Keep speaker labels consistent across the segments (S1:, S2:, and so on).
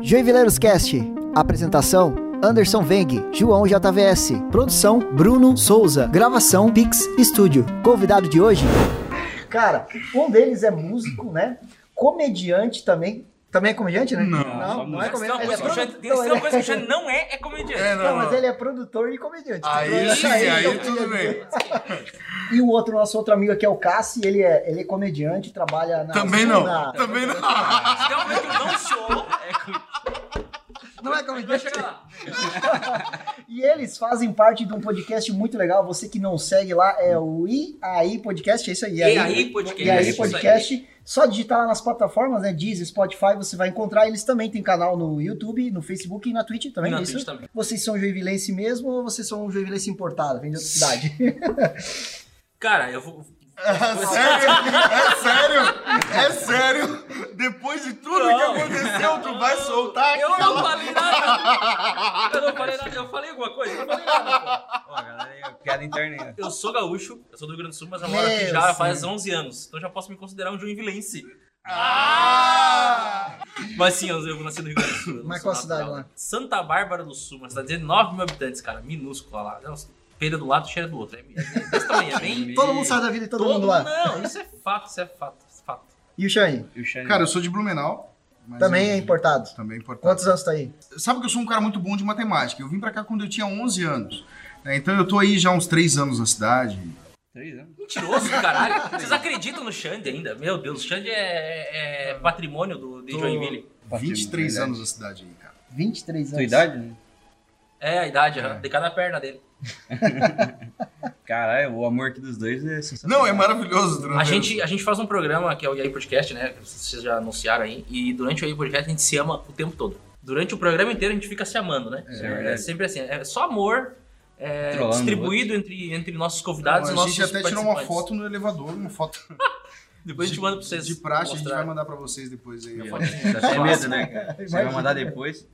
S1: Joinvileiros Cast. Apresentação: Anderson Veng, João JVS. Produção: Bruno Souza. Gravação: Pix Studio. Convidado de hoje? Cara, um deles é músico, né? Comediante também. Também é comediante, né?
S2: Não, só
S1: não, não é
S2: músico.
S3: Se tem uma
S1: comediante. Ele é
S3: coisa que o Xande-
S1: produtor,
S3: se tem uma coisa que o Xande não é, é comediante.
S2: É,
S1: Não, mas ele é produtor e comediante.
S2: Aí sim,
S1: Aí,
S2: aí
S1: então,
S2: tudo bem.
S1: E o outro nosso outro amigo aqui é o Cassi, ele é, ele é comediante, trabalha na.
S2: Também não.
S1: na-
S2: Também não.
S3: Se tem é uma coisa que eu não sou, é comediante.
S1: Não é
S3: Vai
S1: comediante.
S3: chegar lá.
S1: E eles fazem parte de um podcast muito legal. Você que não segue lá é o IAI Podcast, é isso aí.
S3: E aí, podcast. É
S1: E aí
S3: Isso
S1: Podcast. Só digitar lá nas plataformas, né? Deezer, Spotify, você vai encontrar. Eles também têm canal no YouTube, no Facebook e na Twitch também. é
S3: Na
S1: isso?
S3: Twitch também.
S1: Vocês são joivilense mesmo ou vocês são joivilense importado? Vem de outra cidade.
S3: Cara, eu vou.
S2: É sério? É sério? É sério? Depois de tudo que
S3: Não.
S2: aconteceu, tu vai soltar
S3: Eu não
S2: aquela...
S3: falei nada.
S1: Ah.
S3: Eu não falei nada. Eu falei alguma coisa? Eu não falei nada. pô.
S4: Ó, galera, aí, ó, piada interna ainda.
S3: Eu sou gaúcho, eu sou do Rio Grande do Sul, mas eu moro aqui
S1: Meu
S3: já
S1: senhor.
S3: faz 11 anos. Então já posso me considerar um joinvilense.
S2: Ah!
S3: Mas sim, eu eu nasci no Rio Grande do Sul. eu não
S1: Mas
S3: sou
S1: qual cidade
S3: natural.
S1: lá?
S3: Santa Bárbara do Sul, uma cidade de 19 mil habitantes, cara. Minúscula lá. É uma Feira do lado, cheira do outro. É é desse tamanho, é bem...
S1: Todo mundo sabe da vida de todo, mundo lá.
S3: Não, isso é fato, isso é fato, isso é fato.
S1: E o Shane?
S4: E o Xande?
S2: Cara, eu sou de Blumenau. mas
S1: Também
S2: eu-
S1: é importado.
S2: Também é importante.
S1: Quantos anos tá aí?
S2: Sabe que eu sou um cara muito bom de matemática. Eu vim pra cá quando eu tinha 11 anos. né? Então eu tô aí já há uns 3 anos na cidade.
S4: Três anos.
S3: Mentiroso, caralho. Vocês acreditam no Xande ainda? Meu Deus, o Xande é, é patrimônio do, de
S2: Tô-
S3: Joinville.
S2: 23
S4: Patrimônio,
S2: anos na cidade aí, cara.
S1: 23 anos.
S4: Tua idade? né?
S3: É a idade, aham, de cada perna dele.
S4: Caralho, o amor aqui dos dois é sensacional.
S2: Não, é maravilhoso, Bruno.
S3: A gente, a gente faz um programa que é o EA Podcast, né? Que vocês já anunciaram aí. E durante o EA Podcast a gente se ama o tempo todo. Durante o programa inteiro a gente fica se amando, né?
S4: É verdade.
S3: sempre assim. É só amor é,
S4: Trolando
S3: distribuído entre, entre nossos convidados e
S2: A
S3: Ah, nossos
S2: gente até tirou uma
S3: participantes.
S2: foto no elevador, uma foto
S3: Depois a gente manda pra vocês.
S2: de praxe, a gente
S3: mostrar.
S2: vai mandar pra vocês depois aí. a foto.
S4: Dá até medo, né, cara? Você
S1: Imagina.
S4: vai mandar depois.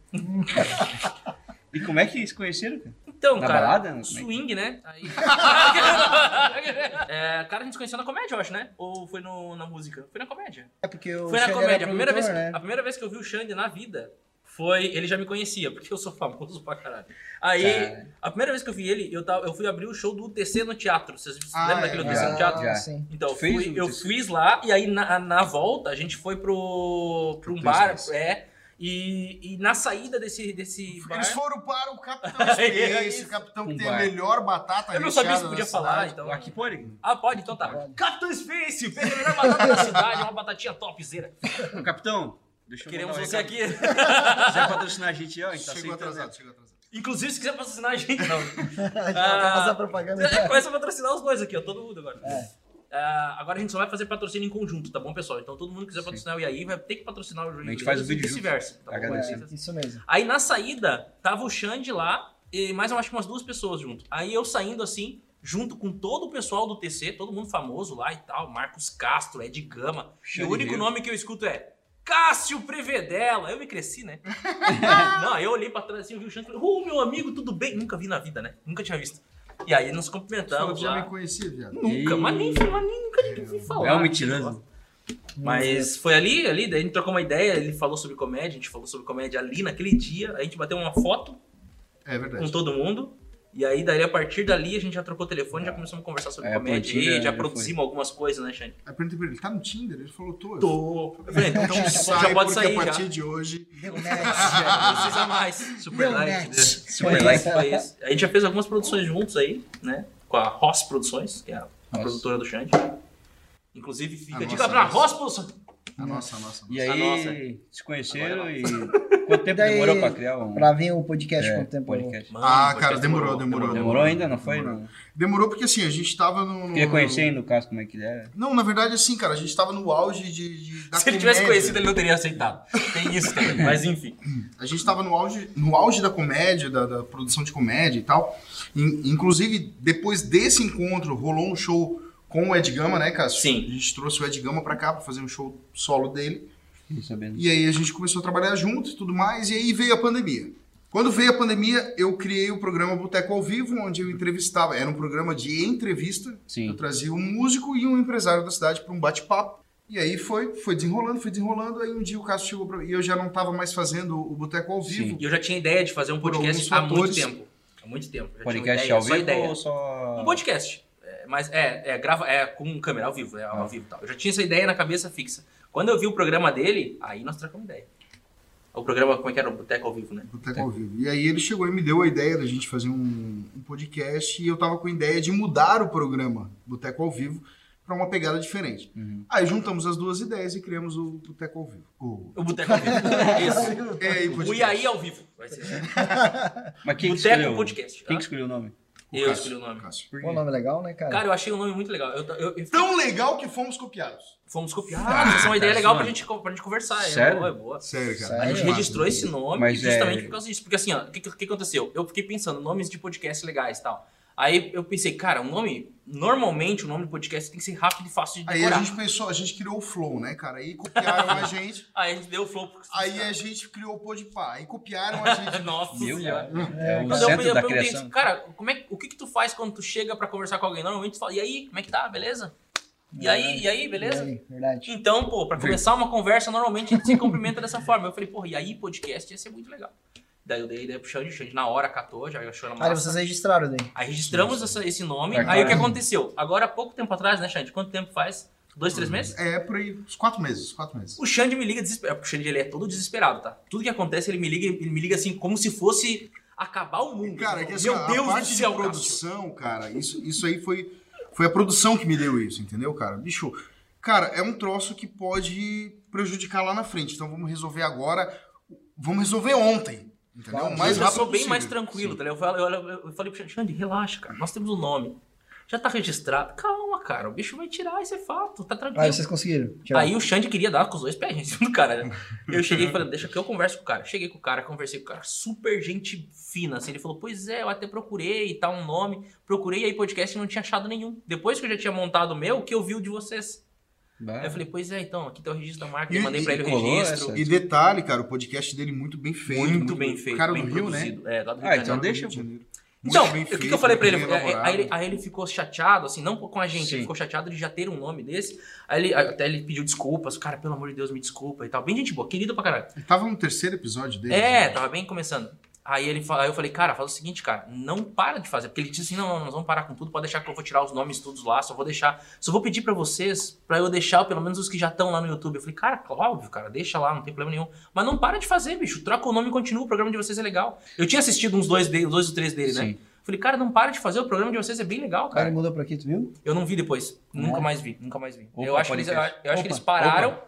S4: E como é que eles se conheceram, cara?
S3: Então,
S4: Na
S3: cara.
S4: balada? Como é que-
S3: Swing, né? Aí... é, cara, a gente se conheceu na comédia, eu acho, né? Ou foi no, na música? Foi na comédia.
S1: É porque o
S3: Foi na
S1: Xande era
S3: comédia. A primeira, vez,
S1: produtor, né?
S3: a primeira vez que eu vi o Xande na vida foi. Ele já me conhecia, porque eu sou famoso pra caralho. Aí,
S4: Cara.
S3: a primeira vez que eu vi ele, eu, tava, eu fui abrir o show do UTC no teatro. Vocês
S2: Ah,
S3: lembram
S2: é,
S3: daquele
S4: já,
S3: UTC no teatro?
S4: já.
S1: sim.
S3: Então, eu
S4: Fez
S3: fui,
S4: o
S3: eu
S4: UTC?
S3: fiz lá, e aí na, na volta a gente foi pro, pro um
S2: Pro
S3: bar.
S2: Três
S3: É, e, e na saída desse, desse bar.
S2: Eles foram para o Capitão
S3: É
S2: Experiência, o capitão que
S4: Um
S2: tem a
S4: bar.
S2: melhor batata
S3: Eu não sabia se
S2: recheada
S3: podia
S2: da
S3: falar,
S2: cidade.
S3: então.
S4: Aqui pode.
S3: Ah, pode, então tá.
S1: Pode.
S3: Capitão Space, a melhor batata da cidade, uma batatinha topzera.
S4: Capitão, deixa eu
S3: Queremos
S4: mandar um
S3: você
S4: recado.
S3: aqui.
S4: Se quiser patrocinar a gente, ó,
S3: Então, assim,
S4: a gente tá
S2: Chegou
S4: aceitando.
S2: atrasado, chegou atrasado.
S3: Inclusive, se quiser patrocinar a gente, não.
S1: Já
S3: Ah,
S1: vai fazer a propaganda.
S3: É, começa a patrocinar os dois aqui, ó, todo mundo agora.
S4: É.
S3: Ah, agora a gente só vai fazer patrocínio em conjunto, tá bom, pessoal? Então todo mundo que quiser patrocinar o IAI vai ter que patrocinar o Juiz.
S4: A gente faz o vídeo
S3: e vice-versa. Tá bom?
S4: Agradecendo.
S1: É, isso mesmo.
S3: Aí na saída, tava o Xande lá, e mais eu acho que umas duas pessoas junto. Aí eu saindo assim, junto com todo o pessoal do TC, todo mundo famoso lá e tal, Marcos Castro, Ed Gama. e
S4: Xande
S3: o único
S4: Miro.
S3: nome que eu escuto é Cássio Prevedela. Eu me cresci, né? Não, aí eu olhei pra trás assim, eu vi o Xande e falei, ô meu amigo, tudo bem? Nunca vi na vida, né? Nunca tinha visto. E aí nos
S2: Falou
S3: cumprimentamos
S2: que já me
S3: Então, lá.
S2: conhecia, viado.
S3: Nunca,
S4: Ih.
S3: mas nem, mas nem nunca tinha ouvido falar.
S4: É um mentiroso.
S3: Mas foi ali, ali, daí a gente trocou uma ideia, ele falou sobre comédia, a gente falou sobre comédia ali naquele dia, a gente bateu uma foto
S2: É
S3: com
S2: verdade.
S3: todo mundo. E aí, daí, a partir dali, a gente já trocou o telefone, já começamos a conversar sobre
S4: É, a
S3: comédia
S4: partir
S3: e
S4: da-
S3: já
S4: já
S3: produzimos algumas coisas, né, Xande?
S2: Aí perguntei pra ele, tá no Tinder? Ele falou, tô. Eu
S3: Tô. Eu falei, então
S2: falei,
S3: já,
S2: Sai,
S3: já pode
S2: porque
S3: sair,
S2: a
S3: já.
S2: partir de hoje...
S1: Deu
S3: Não
S1: match.
S3: precisa mais. Super
S1: Deu
S3: like.
S1: match.
S3: né?
S4: Super
S3: Foi
S4: like.
S3: isso, foi isso. A gente já fez algumas produções juntos aí, né? Com a Ross Produções, que é a
S4: Nossa.
S3: produtora do Xande. Inclusive, fica
S2: A
S3: a dica
S2: nossa, Ah,
S3: pra
S2: nossa.
S3: Ross Produções.
S2: A nossa, a nossa. a nossa.
S4: E
S3: Ah, nossa. é
S4: aí, se conheceram e... Quanto tempo
S1: Daí-
S4: demorou pra criar um
S1: pra vir o podcast
S4: é,
S1: quanto tempo?
S4: podcast?
S3: Mano,
S2: Ah,
S3: o
S2: cara,
S3: podcast
S2: demorou, demorou.
S4: Demorou ainda, não foi?
S2: Demorou.
S4: Não.
S2: Demorou porque assim, a gente tava no... no-
S4: Queria conhecer aí, no caso, como é que era.
S2: Não, na verdade, assim, cara, a gente tava no auge de... de da
S3: Se ele tivesse
S2: comédia.
S3: conhecido, ele não teria aceitado. Tem isso também, mas enfim.
S2: A gente estava no auge, no auge da comédia, da, da produção de comédia e tal. In- inclusive, depois desse encontro, rolou um show com o Ed Gama, né, Cássio?
S3: Sim.
S2: A gente trouxe o Ed Gama pra cá pra fazer um show solo dele.
S4: Fiquei sabendo.
S2: E aí a gente começou a trabalhar junto e tudo mais. E aí veio a pandemia. Quando veio a pandemia, eu criei o programa Boteco ao Vivo, onde eu entrevistava. Era um programa de entrevista. Eu
S4: Sim.
S2: trazia um músico e um empresário da cidade para um bate-papo. E aí foi, foi desenrolando, foi desenrolando. Aí um dia o Cássio chegou pra mim. E eu já não tava mais fazendo o Boteco ao vivo.
S3: E eu já tinha ideia de fazer um
S2: Por
S3: podcast
S2: alguns
S3: há muito
S2: fatores.
S3: tempo. Há muito tempo. Já
S4: Podcast
S3: tinha
S4: ao
S3: uma ideia, só
S4: vivo
S3: ideia.
S4: ou só.
S3: Um podcast. É, Mas é, é, grava, é com câmera ao vivo, é ao
S4: Ah.
S3: vivo e tal. Eu já tinha essa ideia na cabeça fixa. Quando eu vi o programa dele, aí nós trocamos ideia. O programa, como é que era? O Boteco ao vivo, né?
S2: Boteco ao vivo. E aí ele chegou e me deu a ideia da gente fazer um, um podcast. E eu tava com a ideia de mudar o programa Boteco ao vivo pra uma pegada diferente.
S4: Uhum.
S2: Aí juntamos as duas ideias e criamos o Boteco ao vivo. O...
S3: O Boteco ao vivo. Isso.
S2: É, aí,
S3: O
S2: podcast.
S3: Iaí ao vivo. Vai ser.
S4: Mas quem
S3: Boteco
S4: que escolheu?
S3: Podcast.
S4: Quem
S3: tá?
S4: que escolheu o nome?
S2: O
S3: Eu
S2: Cássio,
S3: escolhi o nome.
S2: Cássio.
S4: Por quê?
S1: Pô, nome legal, né, cara?
S3: Cara, eu achei o nome muito legal. Eu, eu- eu-
S2: Tão legal que fomos copiados.
S3: fomos copiados. Essa é uma ideia
S4: tá,
S3: legal pra
S4: mano.
S3: gente, co- pra gente conversar. É
S4: Sério?
S3: boa, é boa.
S2: Sério,
S1: Sério?
S2: cara.
S3: A gente
S1: É,
S3: registrou esse nome
S4: né? Mas
S3: justamente
S4: é-
S3: por causa disso. Porque assim, ó, o que, o que aconteceu? Eu fiquei pensando, nomes de podcasts legais e tal. Aí eu pensei, cara, um nome. Normalmente o nome do podcast tem que ser rápido e fácil de
S2: Aí a
S3: decorar. Aí a gente,
S2: gente pensou, a gente criou o Flow, né, cara? Aí copiaram a gente.
S3: deu o flow. pro-
S2: Aí a gente criou o Podpah. Aí copiaram a gente.
S3: Nossa
S4: Meu,
S3: senhora.
S4: É o
S3: Quando eu-
S4: centro
S3: eu
S4: da
S3: perguntei,
S4: criação.
S3: Cara, como é, que- o que que tu faz quando tu chega pra conversar com alguém? Normalmente tu fala, e aí, como é que tá? Beleza? E aí, e aí, beleza?
S1: Aí, verdade.
S3: Então, pô, pra começar uma conversa, normalmente a gente se cumprimenta dessa forma. Eu falei, porra, e aí podcast ia ser muito legal. Daí eu dei a ideia pro Xande, o Xande na hora catou, já achou ela
S1: Aí
S3: massa.
S1: Ah, vocês registraram daí.
S3: Aí registramos essa- esse
S2: É,
S3: nome,
S4: Agora-
S3: aí o que aconteceu? Agora, há pouco tempo atrás, né, Xande? Quanto tempo faz? Dois, três meses?
S2: É, por aí, uns quatro meses, quatro meses.
S3: O Xande me liga desesperado, porque o Xande ele é todo desesperado, tá? Tudo que acontece, ele me liga, ele me liga assim, como se fosse acabar o mundo.
S2: Cara, é que assim,
S3: Meu
S2: a
S3: Deus do
S2: parte
S3: céu,
S2: de
S3: cara.
S2: produção, cara, isso, isso aí foi, foi a produção que me deu isso, entendeu, cara? Bicho, cara, é um troço que pode prejudicar lá na frente. Então vamos resolver agora, vamos resolver ontem, entendeu?
S1: Claro,
S2: O
S3: Mas
S2: mais
S3: eu já
S2: rápido
S3: sou bem
S2: possível.
S3: mais tranquilo, tá ligado? Eu falei, eu, eu falei pro Xande, Xande, relaxa, cara. Nós temos o nome. Já tá registrado. Calma, cara. O bicho vai tirar, isso é fato. Tá tranquilo.
S1: Aí Ah, vocês conseguiram. tirar.
S3: Aí o Xande queria dar com os dois pés em cima do cara. né? Eu cheguei e falei, deixa que eu converso com o cara. Cheguei com o cara, conversei com o cara, super gente fina. Assim. Ele falou, pois é, eu até procurei e tal, um nome. Procurei aí podcast e não tinha achado nenhum. Depois que eu já tinha montado o meu, que eu vi o de vocês. Aí eu falei, pois é, então, aqui tá o registro da marca. Eu
S2: E-
S3: mandei pra
S2: e
S3: ele o
S4: colou
S3: registro.
S4: essa?
S2: E detalhe, cara, o podcast dele muito bem feito.
S3: Muito, bem feito,
S2: Cara
S3: bem
S2: do Rio, né?
S3: produzido. É, lá do Rio
S4: Ah,
S3: de
S4: então
S3: Janeiro.
S4: deixa.
S2: Rio de Janeiro. Muito bem
S3: Então, o que, que
S2: feito,
S3: eu falei pra ele?
S2: bem
S3: É, é,
S2: elaborado.
S3: Aí ele, aí ele ficou chateado, assim, não com a gente,
S4: Sim.
S3: ele ficou chateado de já ter um nome desse. Aí ele, aí até ele pediu desculpas, cara, pelo amor de Deus, me desculpa e tal. Bem gente boa, querido pra caralho.
S2: Ele Tava no terceiro episódio dele.
S3: É,
S2: né?
S3: tava bem começando. Aí, ele, fa- aí eu falei, cara, faz o seguinte, cara, não para de fazer. Porque ele disse assim, não, não, nós vamos parar com tudo, pode deixar que eu vou tirar os nomes todos lá, só vou deixar, só vou pedir pra vocês, pra eu deixar pelo menos os que já estão lá no YouTube. Eu falei, cara, claro, óbvio, cara, deixa lá, não tem problema nenhum. Mas não para de fazer, bicho, troca o nome e continua, o programa de vocês é legal. Eu tinha assistido uns dois, dele, dois ou três dele, né?
S4: Sim.
S3: Falei, cara, não para de fazer, o programa de vocês é bem legal,
S1: O cara
S3: cara.
S1: mudou pra aqui, tu viu?
S3: Eu não vi depois. Nunca
S1: É.
S3: mais vi, nunca mais vi.
S4: Opa,
S3: eu acho, que eles, eu
S4: podcast.
S3: acho que eles
S1: Opa,
S3: pararam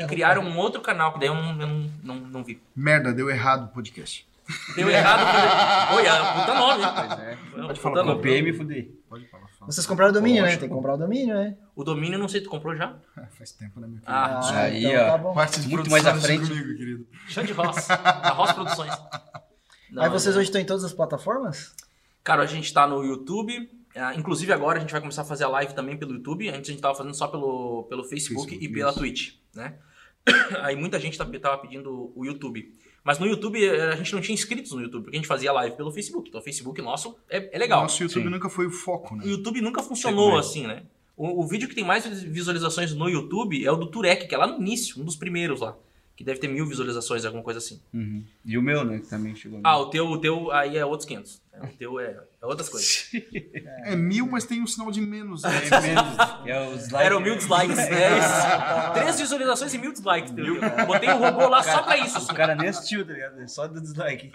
S3: e criaram um outro canal, que daí eu não, eu não, não, não vi.
S2: Merda, deu errado o podcast.
S3: Deu errado. porque- Oi, é um puta nome, hein?
S4: Pois é.
S3: É um puta
S2: falar,
S3: nome.
S4: Copiei e me fudei.
S2: Pode falar, fala.
S1: Vocês compraram o domínio, né?
S4: Lógico.
S1: Tem que comprar o domínio, né?
S3: O domínio, não sei, tu comprou já?
S2: Faz tempo, né, meu querido?
S3: Ah,
S4: aí,
S1: então
S4: ó.
S1: tá bom.
S2: Parte de
S4: Muito
S2: produção
S4: mais à
S2: deixa
S4: frente.
S2: comigo, querido.
S3: Xande Ross, da Ross Produções. Não,
S1: Aí vocês
S3: não. né?
S1: hoje estão em todas as plataformas?
S3: Cara, a gente tá no YouTube. ah, inclusive agora a gente vai começar a fazer a live também pelo YouTube. Antes a gente tava fazendo só pelo, pelo Facebook,
S2: Facebook,
S3: e pela
S2: isso.
S3: Twitch, né? Aí muita gente tá- tava pedindo o YouTube. Mas no YouTube eh, a gente não tinha inscritos no YouTube, porque a gente fazia live pelo Facebook. Então o Facebook nosso é, é legal.
S2: Nosso YouTube
S4: Sim.
S2: nunca foi o foco, né?
S3: O YouTube nunca funcionou
S4: Sim, mas-
S3: assim, né? O, o vídeo que tem mais visualizações no YouTube é o do Turek, que é lá no início, um dos primeiros lá. Que deve ter mil visualizações, alguma coisa assim.
S4: Uhum. E o meu, né? Que também chegou.
S3: Ah, o teu, o teu aí é outros 500. né? O teu é, é outras coisas.
S2: É mil, mas tem um sinal de menos.
S4: É
S2: né?
S4: menos. É o slide.
S3: Eram mil dislikes, é isso. Três visualizações e mil dislikes. teu. Botei um robô lá só pra isso. assim.
S4: O cara nem assistiu, tá ligado? É Só do dislike.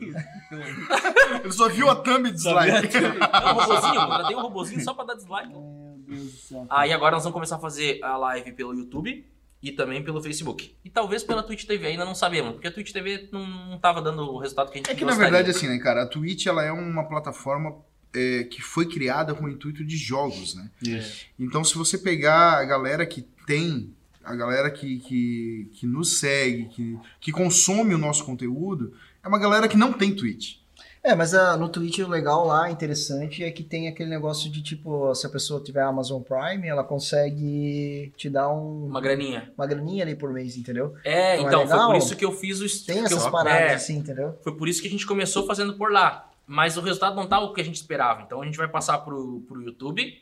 S2: Ele só viu a thumb dislike.
S3: É um robôzinho, mano. Tem um robôzinho só pra dar dislike.
S1: Meu Deus do céu.
S3: Aí agora nós vamos começar a fazer a live pelo YouTube e também pelo Facebook. E talvez pela Twitch TV, ainda não sabemos, porque a Twitch TV não, não tava dando o resultado que a gente
S2: É que na
S3: gostaria.
S2: verdade, assim, né, cara, a Twitch ela é uma plataforma é, que foi criada com o intuito de jogos, né?
S4: Isso.
S2: Então, se você pegar a galera que tem, a galera que, que, que nos segue, que, que consome o nosso conteúdo, é uma galera que não tem Twitch.
S1: É, mas ah, no Twitch o legal lá, interessante, é que tem aquele negócio de tipo, se a pessoa tiver Amazon Prime, ela consegue te dar um-
S3: Uma graninha.
S1: uma graninha ali por mês, entendeu?
S3: É,
S1: Não é
S3: então, foi
S1: legal?
S3: por isso que eu fiz o
S1: Tem
S3: stream.
S1: essas
S3: eu,
S1: paradas
S3: é,
S1: assim, entendeu?
S3: Foi por isso que a gente começou fazendo por lá. Mas o resultado não tá o que a gente esperava. Então a gente vai passar pro, pro YouTube.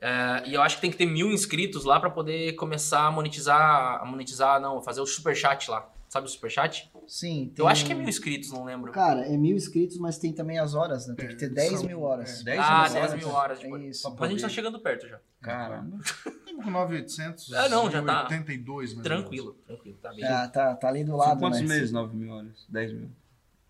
S3: É, e eu acho que tem que ter mil inscritos lá pra poder começar a monetizar. A monetizar, não, fazer o superchat lá. Sabe o superchat?
S1: Sim.
S3: Eu
S1: tem-
S3: acho que é mil inscritos, não lembro.
S1: Cara, é mil inscritos, mas tem também as horas, né? Tem que ter
S2: É,
S1: 10
S2: são-
S1: mil horas.
S4: é, 10
S3: ah,
S4: mil
S3: 10
S4: horas,
S3: mil horas.
S1: É
S3: Tipo.
S1: isso.
S3: Mas a gente tá chegando perto já.
S4: Caramba.
S2: Estamos com 9,800.
S3: Ah, não, já tá.
S2: 82, mais ou menos.
S3: Tranquilo, tranquilo, tá bem.
S1: Ah, tá, tá ali do
S4: São
S1: lado,
S4: quantos
S1: mas-
S4: meses 9 mil horas? 10 mil?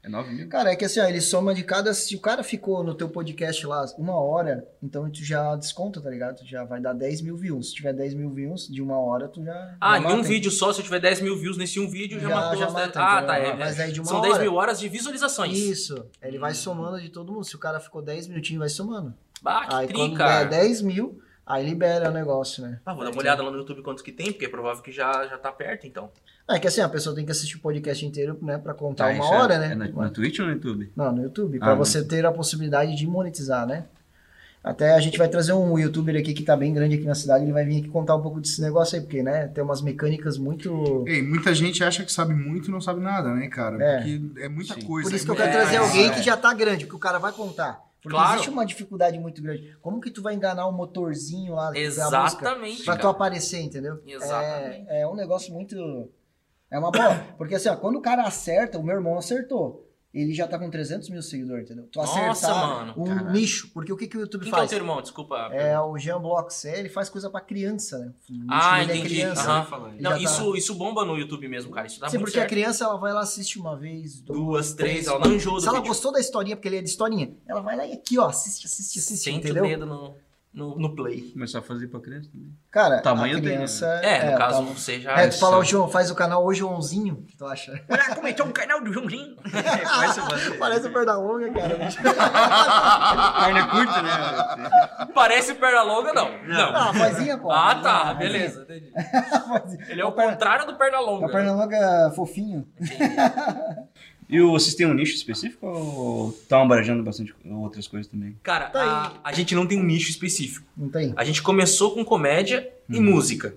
S4: É 9 mil?
S1: Cara, é que assim, ó, ele soma de cada. Se o cara ficou no teu podcast lá uma hora, então tu já desconta, tá ligado? Tu já vai dar 10 mil views. Se tiver 10 mil views de uma hora, tu já.
S3: Ah,
S1: já
S3: em
S1: mata,
S3: um
S1: hein?
S3: vídeo só, se eu tiver 10 mil views nesse um vídeo, já,
S1: Já-
S3: matou
S1: já
S3: as
S1: mata,
S3: 10. Ah,
S1: entendeu?
S3: tá. É,
S1: Mas aí de uma
S3: São 10
S1: hora.
S3: mil horas de visualizações.
S1: Isso. Ele vai somando de todo mundo. Se o cara ficou 10 minutinhos, vai somando.
S3: Bah, Ah, que
S1: aí
S3: tri,
S1: quando
S3: cara.
S1: der 10 mil, aí libera o negócio, né?
S3: Ah, vou dar uma olhada lá no YouTube quantos que tem, porque é provável que já, já tá perto, então.
S1: Ah, É que assim, a pessoa tem que assistir o podcast inteiro, né? Pra contar
S4: Tá,
S1: uma
S4: isso é-
S1: hora,
S4: É
S1: né?
S4: na, na Twitch ou no YouTube?
S1: Não, no YouTube,
S4: Ah,
S1: pra
S4: no
S1: você ter a possibilidade de monetizar, né? Até a gente vai trazer um youtuber aqui que tá bem grande aqui na cidade, ele vai vir aqui contar um pouco desse negócio aí, porque, né, tem umas mecânicas muito...
S2: Ei, muita gente acha que sabe muito e não sabe nada, né, cara?
S1: É.
S2: Porque é muita
S4: Sim.
S2: coisa.
S1: Por isso
S2: é
S1: que eu
S2: muita
S1: quero trazer
S2: coisa.
S1: alguém
S4: é.
S1: que já tá grande, porque o cara vai contar. Porque
S3: Claro.
S1: existe uma dificuldade muito grande. Como que tu vai enganar um motorzinho lá que vê a música,
S3: Exatamente.
S1: pra
S3: Cara.
S1: tu aparecer, entendeu?
S3: Exatamente.
S1: É, é um negócio muito... É uma boa, porque assim, ó, quando o cara acerta, o meu irmão acertou. Ele já tá com 300 mil seguidores, entendeu? Tu
S3: Nossa,
S1: acertar
S3: mano.
S1: um
S4: Caralho.
S1: nicho, porque o que, que o YouTube
S3: Quem que é o
S1: faz?
S3: teu irmão? Desculpa.
S1: É o Jean Blox, é, ele faz coisa pra criança, né? O nicho
S3: Ah,
S1: dele é
S3: entendi.
S1: criança.
S3: Aham.
S1: Ele
S3: Não,
S1: já tá-
S3: isso, isso bomba no YouTube mesmo, cara. Isso dá
S1: Sim,
S3: muito
S1: porque
S3: certo.
S1: a criança ela vai lá assiste uma vez, duas,
S3: Duas, três, ela
S1: quatro.
S3: não enjoa do
S1: Se ela
S3: vídeo.
S1: gostou da historinha, porque ele é de historinha, ela vai lá e aqui, ó, assiste, assiste, assiste,
S3: Sente
S1: entendeu?
S3: o dedo no, no, no play.
S4: Começar a fazer pra criança também.
S1: Cara,
S4: Tamanho
S1: a
S4: dele, né?
S1: criança...
S3: É, no
S1: o
S3: caso,
S1: tamanho-
S3: você já.
S1: É, tu fala,
S4: só.
S1: o João, faz o canal hoje Joãozinho, o que tu acha?
S3: Ah,
S4: Olha, começou um canal do Joãozinho. Começa a fazer.
S1: Parece o Pernalonga, cara.
S3: Ah,
S4: Perna curta, né?
S3: Parece perna longa, não. Não.
S1: Ah, vozinha, pô.
S3: Ah, tá.
S1: Vozinha.
S3: Beleza,
S1: é.
S3: entendi.
S1: Vozinha.
S3: Ele é o contrário do perna
S1: É o
S3: longa.
S1: Pernalonga fofinho.
S4: E o- vocês têm um nicho específico ou estão abrangendo bastante outras coisas também?
S3: Cara,
S1: Tá
S3: a, a gente não tem um nicho específico.
S1: Não tem?
S3: A gente começou com comédia
S4: Uhum.
S3: e música.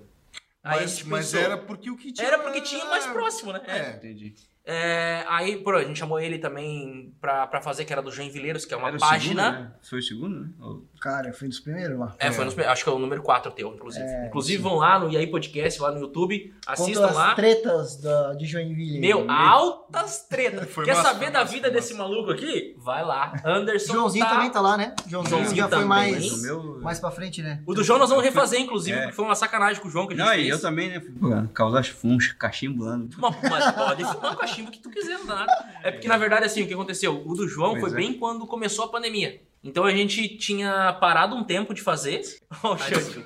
S3: Aí a
S2: Mas,
S3: gente
S2: mas
S3: pensou-
S2: era porque o que tinha.
S3: Era porque tinha mais próximo, né?
S2: É.
S4: Entendi.
S3: É, aí, pô, a gente chamou ele também pra, pra fazer, que era do Joinvileiros, que é uma
S4: Era o
S3: página.
S4: segundo, né? Foi o segundo, né? Ou-
S1: Cara, foi um dos primeiros lá.
S3: É, foi nos, acho que é o número 4 teu, inclusive.
S4: É,
S3: inclusive, vão lá no E aí Podcast, lá no YouTube, assistam
S1: Conta as
S3: lá.
S1: tretas da, de Joinville.
S3: Meu, ah, altas tretas.
S2: Foi
S3: Quer
S2: massa,
S3: saber
S2: foi
S3: da
S2: massa,
S3: vida
S2: foi
S3: desse maluco aqui? Vai lá. Anderson.
S1: Joãozinho
S3: tá-
S1: também tá lá, né? Joãozinho,
S3: Joãozinho
S1: já foi
S3: também.
S1: mais,
S4: Mas o meu.
S1: mais pra frente, né?
S3: O do João nós vamos refazer, inclusive,
S4: É.
S3: porque foi uma sacanagem com o João que a gente
S4: Não,
S3: fez.
S4: e eu também, né? Fui, pô, causar funcho, cachimbando.
S3: Mas, mas pode fumar o cachimbo que tu quiser, não dá nada. É porque, na verdade, assim, o que aconteceu? O do João
S4: Pois
S3: foi
S4: é.
S3: bem quando começou a pandemia. Então a gente tinha parado um tempo de fazer. Ó, o Xande.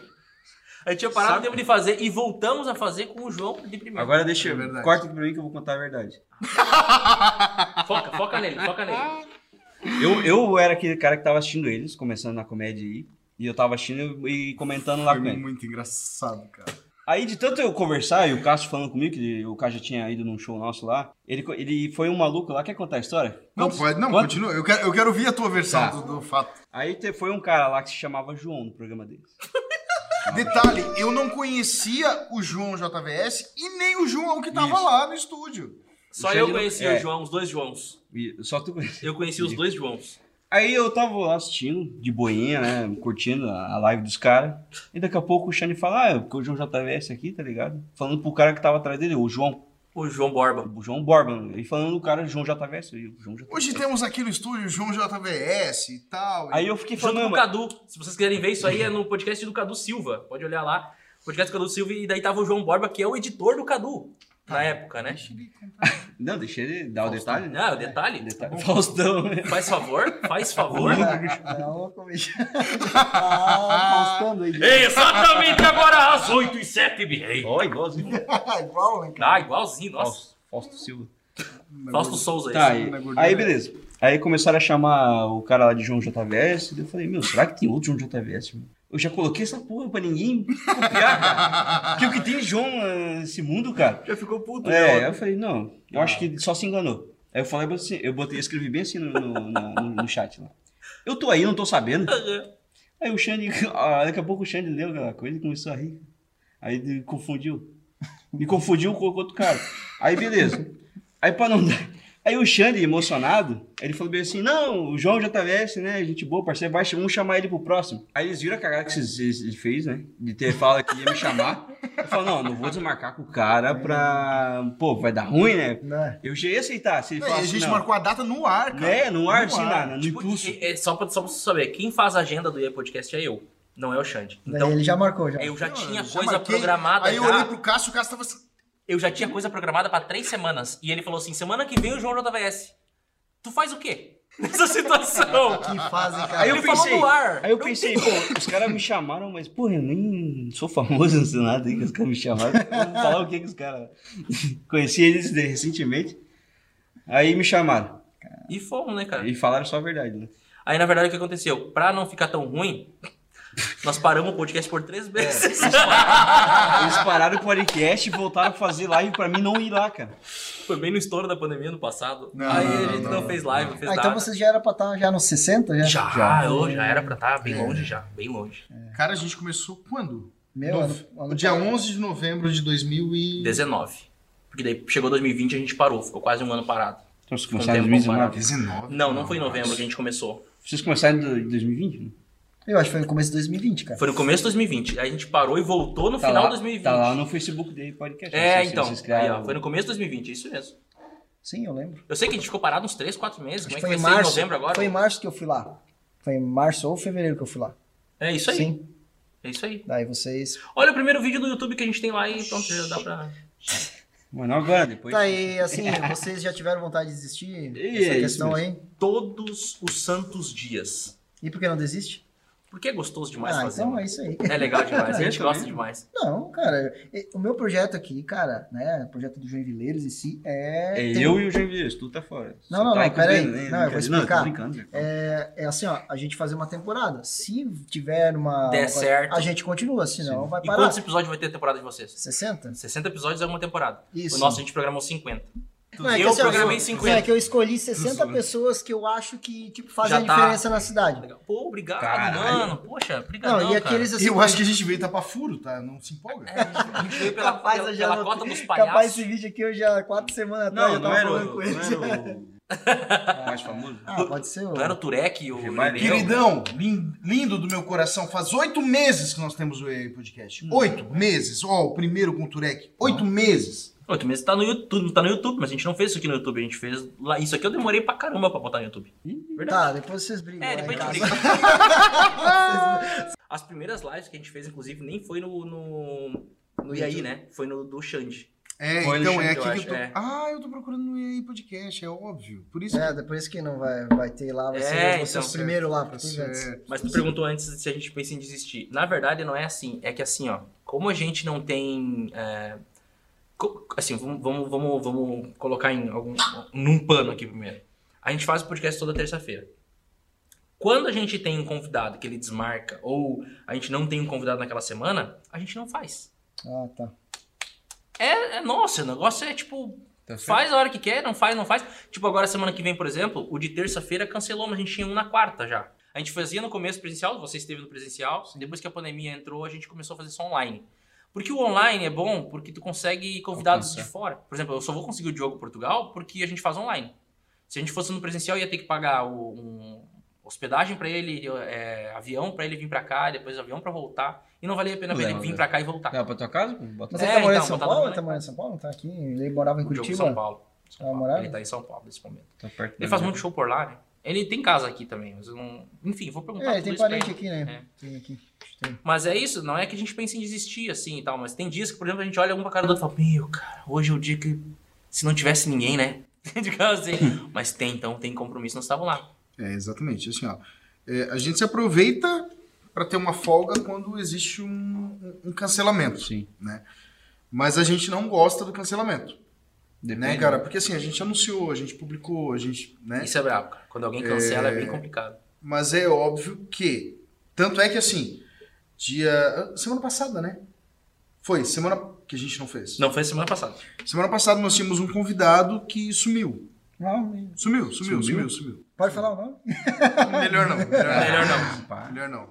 S3: a gente tinha parado um
S4: Sabe-
S3: tempo de fazer e voltamos a fazer com o João de primeiro.
S4: Agora deixa
S2: É
S4: eu.
S2: verdade.
S4: corta aqui pra mim que eu vou contar a verdade.
S3: Ah, Foca, foca nele, foca nele.
S4: Eu, eu era aquele cara que tava assistindo eles, começando na comédia aí. E eu tava assistindo e comentando lá
S2: Foi
S4: com ele.
S2: muito engraçado, cara.
S4: Aí de tanto eu conversar e o Cássio falando comigo, que o Cássio já tinha ido num show nosso lá, ele, co- ele foi um maluco lá. Quer contar a história?
S2: Não,
S4: Quantos-
S2: pode, não,
S4: quantos-
S2: continua. Eu quero, eu quero ouvir a tua versão
S4: Tá.
S2: do, do fato.
S4: Aí te- foi um cara lá que se chamava João no programa deles.
S2: Detalhe, eu não conhecia o João JVS e nem o João que tava
S4: Isso.
S2: lá no estúdio.
S3: Só
S4: Xande
S3: eu
S4: não-
S3: conhecia
S4: é.
S3: o João, os dois Joãos.
S4: E só tu conhecia.
S3: Eu conheci os dois Joãos.
S4: Aí eu tava lá assistindo, de boinha, né? Curtindo a a live dos caras. E daqui a pouco o Xande fala, ah, porque o João JVS aqui, tá ligado? Falando pro cara que tava atrás dele, o João,
S3: O João Borba.
S4: o João Borba. E falando do cara, João JVS. e o João JVS.
S2: Hoje temos aqui no estúdio o João JVS e tal.
S4: Aí eu fiquei
S3: Junto
S4: falando,
S3: com o
S4: mano,
S3: Cadu. Se vocês quiserem ver isso aí, é no podcast do Cadu Silva. Pode olhar lá. Podcast do Cadu Silva e daí tava o João Borba, que é o editor do Cadu.
S4: Tá.
S3: Na época, né?
S4: não, deixa ele dar o detalhe, né?
S3: Ah, o detalhe.
S4: Detalhe. Faustão, né?
S3: Faz favor, faz favor.
S1: Tá louco, bicho. Ah, postando aí.
S3: né? Exatamente agora às 8 e 7 Birrei.
S4: Ó, igualzinho.
S1: Igual, né, cara?
S3: Ah, igualzinho, nossa.
S4: Fausto, Fausto Silva.
S3: Fausto Souza.
S4: Tá,
S3: esse.
S4: aí,
S2: na gordura.
S4: aí beleza. Aí começaram a chamar o cara lá de João JVS. daí Eu falei, meu, será que tem outro João JVS? meu? Eu já coloquei essa porra pra ninguém copiar, cara. Porque o que tem João eh, nesse mundo, cara?
S3: Já ficou puto.
S4: É, aí
S3: né?
S4: eu falei, não, eu acho que ele só se enganou. Aí eu falei assim, eu botei, escrevi bem assim no, no, na- no- no chat lá. Eu tô aí, não tô sabendo. Aí o Xande, ah, daqui a pouco o Xande leu aquela coisa e começou a rir. Aí ele confundiu. Me confundiu com o outro cara. Aí beleza. Aí pra não dar, Aí o Xande, emocionado, ele falou bem assim: não, o João JVS, né? Gente boa, parceiro, vai, vamos chamar ele pro próximo. Aí eles viram a cagada que esses- esse- ele fez, né? De ter falado que ia me chamar. Eu falei, não, não vou desmarcar com o
S2: É.
S4: cara pra. Pô, vai dar ruim, né?
S3: Tá.
S1: Né?
S4: Eu já ia aceitar se ele
S2: Não, e a
S4: falasse.
S2: gente
S4: não.
S2: marcou a data no ar, cara.
S4: É, no ar,
S2: No
S4: assim,
S2: ar.
S4: na, na- no
S3: Tipo,
S4: impulso.
S3: é- é só, pra, só pra você saber, quem faz a agenda do EA Podcast é eu, não é o Xande.
S1: Daí
S3: Então,
S1: ele já marcou, já.
S3: eu já
S2: Não,
S3: tinha
S2: eu já
S3: coisa
S2: marquei.
S3: programada
S2: Aí eu
S3: já.
S2: olhei pro Cássio, o Cássio tava assim.
S3: Eu já tinha coisa programada pra três semanas. E ele falou assim: semana que vem o João JVS. Tu faz o quê? Nessa situação.
S1: Que fazem, cara.
S4: Aí eu
S3: Ele falou
S4: pensei,
S3: no ar.
S4: aí eu
S3: Não
S4: pensei, pô, os caras me chamaram, mas, pô, eu nem sou famoso, não sei nada aí que os caras me chamaram. Vou falar o que que os caras... Conheci eles de- recentemente, aí me chamaram.
S3: E fomos, né, cara?
S4: E falaram só a verdade, né?
S3: Aí, na verdade, o que aconteceu? Pra não ficar tão ruim, nós paramos o podcast por três vezes.
S2: É. "Ah,
S4: Eles pararam o podcast e voltaram a fazer live pra mim não ir lá, cara.
S3: Foi bem no estouro da pandemia no passado.
S2: Não,
S3: aí
S2: não,
S3: a gente
S2: não,
S3: não,
S2: não.
S3: fez live, não fez
S1: Ah,
S3: nada.
S1: então você já era pra estar já nos 60? Já?
S3: Já,
S4: Já.
S3: eu já era pra estar bem longe já, bem longe.
S2: Cara, a gente começou quando?
S1: Meu,
S2: Nove-
S1: ano- ano-
S2: Dia 11 de novembro de 2000 e...
S3: 19. Porque daí chegou 2020 a gente parou, ficou quase um ano parado.
S4: Então, vocês começaram em
S3: Foi um tempo
S4: 2019.
S2: 19.
S3: Não, não foi em novembro que a gente começou.
S4: Vocês começaram em 2020? né?
S1: Eu acho que foi no começo de 2020, cara.
S3: Foi no começo de 2020. Aí a gente parou e voltou no
S4: Tá
S3: final
S4: lá,
S3: de 2020.
S4: Tá lá no Facebook dele podcast.
S3: É,
S4: Vocês-
S3: então.
S4: vocês
S3: Aí,
S4: criaram-
S3: ó, foi no começo de 2020, isso mesmo.
S1: Sim, eu lembro.
S3: Eu sei que a gente ficou parado uns 3, 4
S1: Acho
S3: meses. Como
S1: que
S3: é que
S1: foi
S3: vai
S1: em
S3: ser em
S1: março.
S3: novembro agora?
S1: Foi em março que eu fui lá. Foi em março ou fevereiro que eu fui lá.
S3: É isso aí.
S1: Sim.
S3: É isso aí.
S1: Daí vocês.
S3: Olha o primeiro vídeo do YouTube que a gente tem lá e pronto, já dá pra.
S4: Mas não agora, depois...
S1: Tá, e assim, vocês já tiveram vontade de desistir
S4: É,
S1: dessa
S4: é
S1: questão
S4: isso
S1: aí?
S3: Todos os santos dias.
S1: E por que não desiste?
S3: Porque é gostoso demais
S1: ah,
S3: fazer.
S1: então
S3: mano.
S1: é isso aí.
S3: É legal demais, a gente
S4: Eu
S3: gosta
S4: também.
S3: demais.
S1: Não, cara, e- o meu projeto aqui, cara, né, o projeto do Joinvileiros em si é...
S4: É
S1: tem-
S4: eu e o Jean Vias, tu tá fora.
S1: Não,
S4: Só
S1: não,
S4: tá
S1: não, pera aí.
S4: cobrindo, né?
S1: Não, eu vou
S4: Brincadeira. Não, tô
S1: explicar.
S4: brincando, né, cara.
S1: É, é assim, ó, a gente fazer uma temporada. Se tiver uma...
S3: Der certo.
S1: A gente continua, senão vai
S3: E
S1: parar.
S3: quantos episódios vai ter a temporada de vocês?
S1: 60?
S3: 60 episódios é uma temporada.
S1: Isso.
S3: O nosso a gente programou 50.
S1: Não, é que
S3: eu
S1: assim, ó,
S3: programei
S1: eu-
S3: 50.
S1: É que eu escolhi 60
S4: Dos-
S1: pessoas que eu acho que, tipo, fazem
S3: Já
S1: a
S3: tá.
S1: diferença na cidade.
S3: Legal. Pô, obrigado,
S4: Caralho.
S3: mano. Poxa, obrigado.
S1: Não, e aqueles assim...
S2: E eu acho que a gente veio tapar furo, tá? Não se empolga.
S3: É, a gente veio pela,
S1: Capaz,
S3: pela,
S1: eu já
S3: pela
S1: não-
S3: cota dos
S1: Capaz
S3: palhaços.
S1: esse vídeo aqui eu já há quatro semanas atrás
S4: Não,
S1: eu
S4: não
S1: tava
S4: era
S1: falando
S4: o
S1: com ele.
S4: não era o mais famoso. Tá
S1: Ah, pode ser o...
S3: Não era o Turek, o
S4: Gemai-
S3: Irineu?
S2: Queridão, lin- lindo do meu coração, faz oito meses que nós temos o EA
S3: Hum.
S2: Podcast. Oito meses. Ó, o primeiro com o Turek. Oito meses.
S3: Oito meses tá no YouTube, tá no YouTube, mas a gente não fez isso aqui no YouTube, a gente fez lá. Isso aqui eu demorei pra caramba pra botar no YouTube.
S1: Tá, depois vocês brigam. lá
S3: É, depois
S1: em
S3: a gente
S1: casa.
S3: brinca. As primeiras lives que a gente fez, inclusive, nem foi no. no, no IAI, né? Foi no do Xande.
S2: É,
S4: Foi no
S2: então é aqui
S4: Xande,
S3: eu
S2: que eu
S3: acho,
S2: tô.
S3: é.
S2: Ah, eu tô procurando no EA Podcast, é óbvio. Por isso
S1: É, depois que não vai, vai ter lá, vai ser
S3: É,
S1: os vocês
S3: então.
S1: primeiro lá,
S2: que.
S1: porque
S2: Tá
S1: teve antes.
S2: certo.
S3: Mas tu perguntou antes se a gente pensa em desistir. Na verdade, não é assim. É que assim, ó, como a gente não tem. é, co- assim, vamos, vamos, vamos, vamos colocar em algum, num pano aqui primeiro. A gente faz o podcast toda terça-feira. Quando a gente tem um convidado que ele desmarca, ou a gente não tem um convidado naquela semana, a gente não faz.
S1: Ah, tá.
S3: É, é nossa, o negócio é tipo. Faz a hora que quer, não faz, não faz. Tipo, agora semana que vem, por exemplo, o de terça-feira cancelou, mas a gente tinha um na quarta já. A gente fazia no começo presencial, você esteve no presencial. Depois que a pandemia entrou, a gente começou a fazer só online. Porque o online é bom porque tu consegue convidados
S4: Alcançar.
S3: de fora. Por exemplo, eu só vou conseguir o Diogo Portugal porque a gente faz online. Se a gente fosse no presencial, ia ter que pagar o- um hospedagem pra ele, é, avião pra ele vir pra cá, depois avião pra voltar. E não valia a pena pra ele
S4: Leva,
S3: vir
S4: né?
S3: pra cá e voltar.
S4: Tá, pra tua casa? pô? Bota
S1: Mas
S3: É,
S1: ele tá morando
S3: então,
S1: em São
S3: botar
S1: Paulo?
S3: no
S1: Ele tá morando em São Paulo? Tá aqui. Ele morava em
S3: O Diogo São
S1: Curitiba.
S3: Paulo. São
S1: Ah,
S3: Paulo.
S1: morava?
S3: Ele tá em São Paulo nesse momento.
S4: tá perto
S3: Ele
S4: da
S3: faz
S1: Uhum.
S4: minha.
S3: muito show por lá, né? Ele tem casa aqui também, mas eu não. Enfim, vou perguntar
S1: É, ele
S3: tudo
S1: tem
S3: isso pra
S1: parente
S3: ele.
S1: aqui, né? Tem aqui. Tem.
S3: Mas é isso, não é que a gente pense em desistir assim e tal, mas tem dias que, por exemplo, a gente olha um pra cara do outro e fala: Meu, cara, hoje é o dia que. Se não tivesse ninguém, né? Digamos assim. mas tem, então, tem compromisso, nós estavam lá.
S2: É, exatamente. Assim, ó, é, a gente se aproveita para ter uma folga quando existe um, um- um cancelamento.
S4: Sim.
S2: Né? Mas a gente não gosta do cancelamento.
S4: Depende.
S2: Né, cara? Porque assim, a gente anunciou, a gente publicou, a gente. Né?
S3: Isso é brabo, cara. Quando alguém cancela é, bem complicado.
S2: Mas é óbvio que. Tanto é que assim, dia. Semana passada, né? Foi, semana que a gente não fez.
S3: Não, foi semana passada.
S2: Semana passada nós tínhamos um convidado que sumiu.
S1: Não,
S2: Sumiu, sumiu,
S4: Sumiu?
S2: sumiu, sumiu.
S1: pode falar o nome?
S2: Melhor não. Melhor
S3: Melhor não.
S2: não. Melhor não.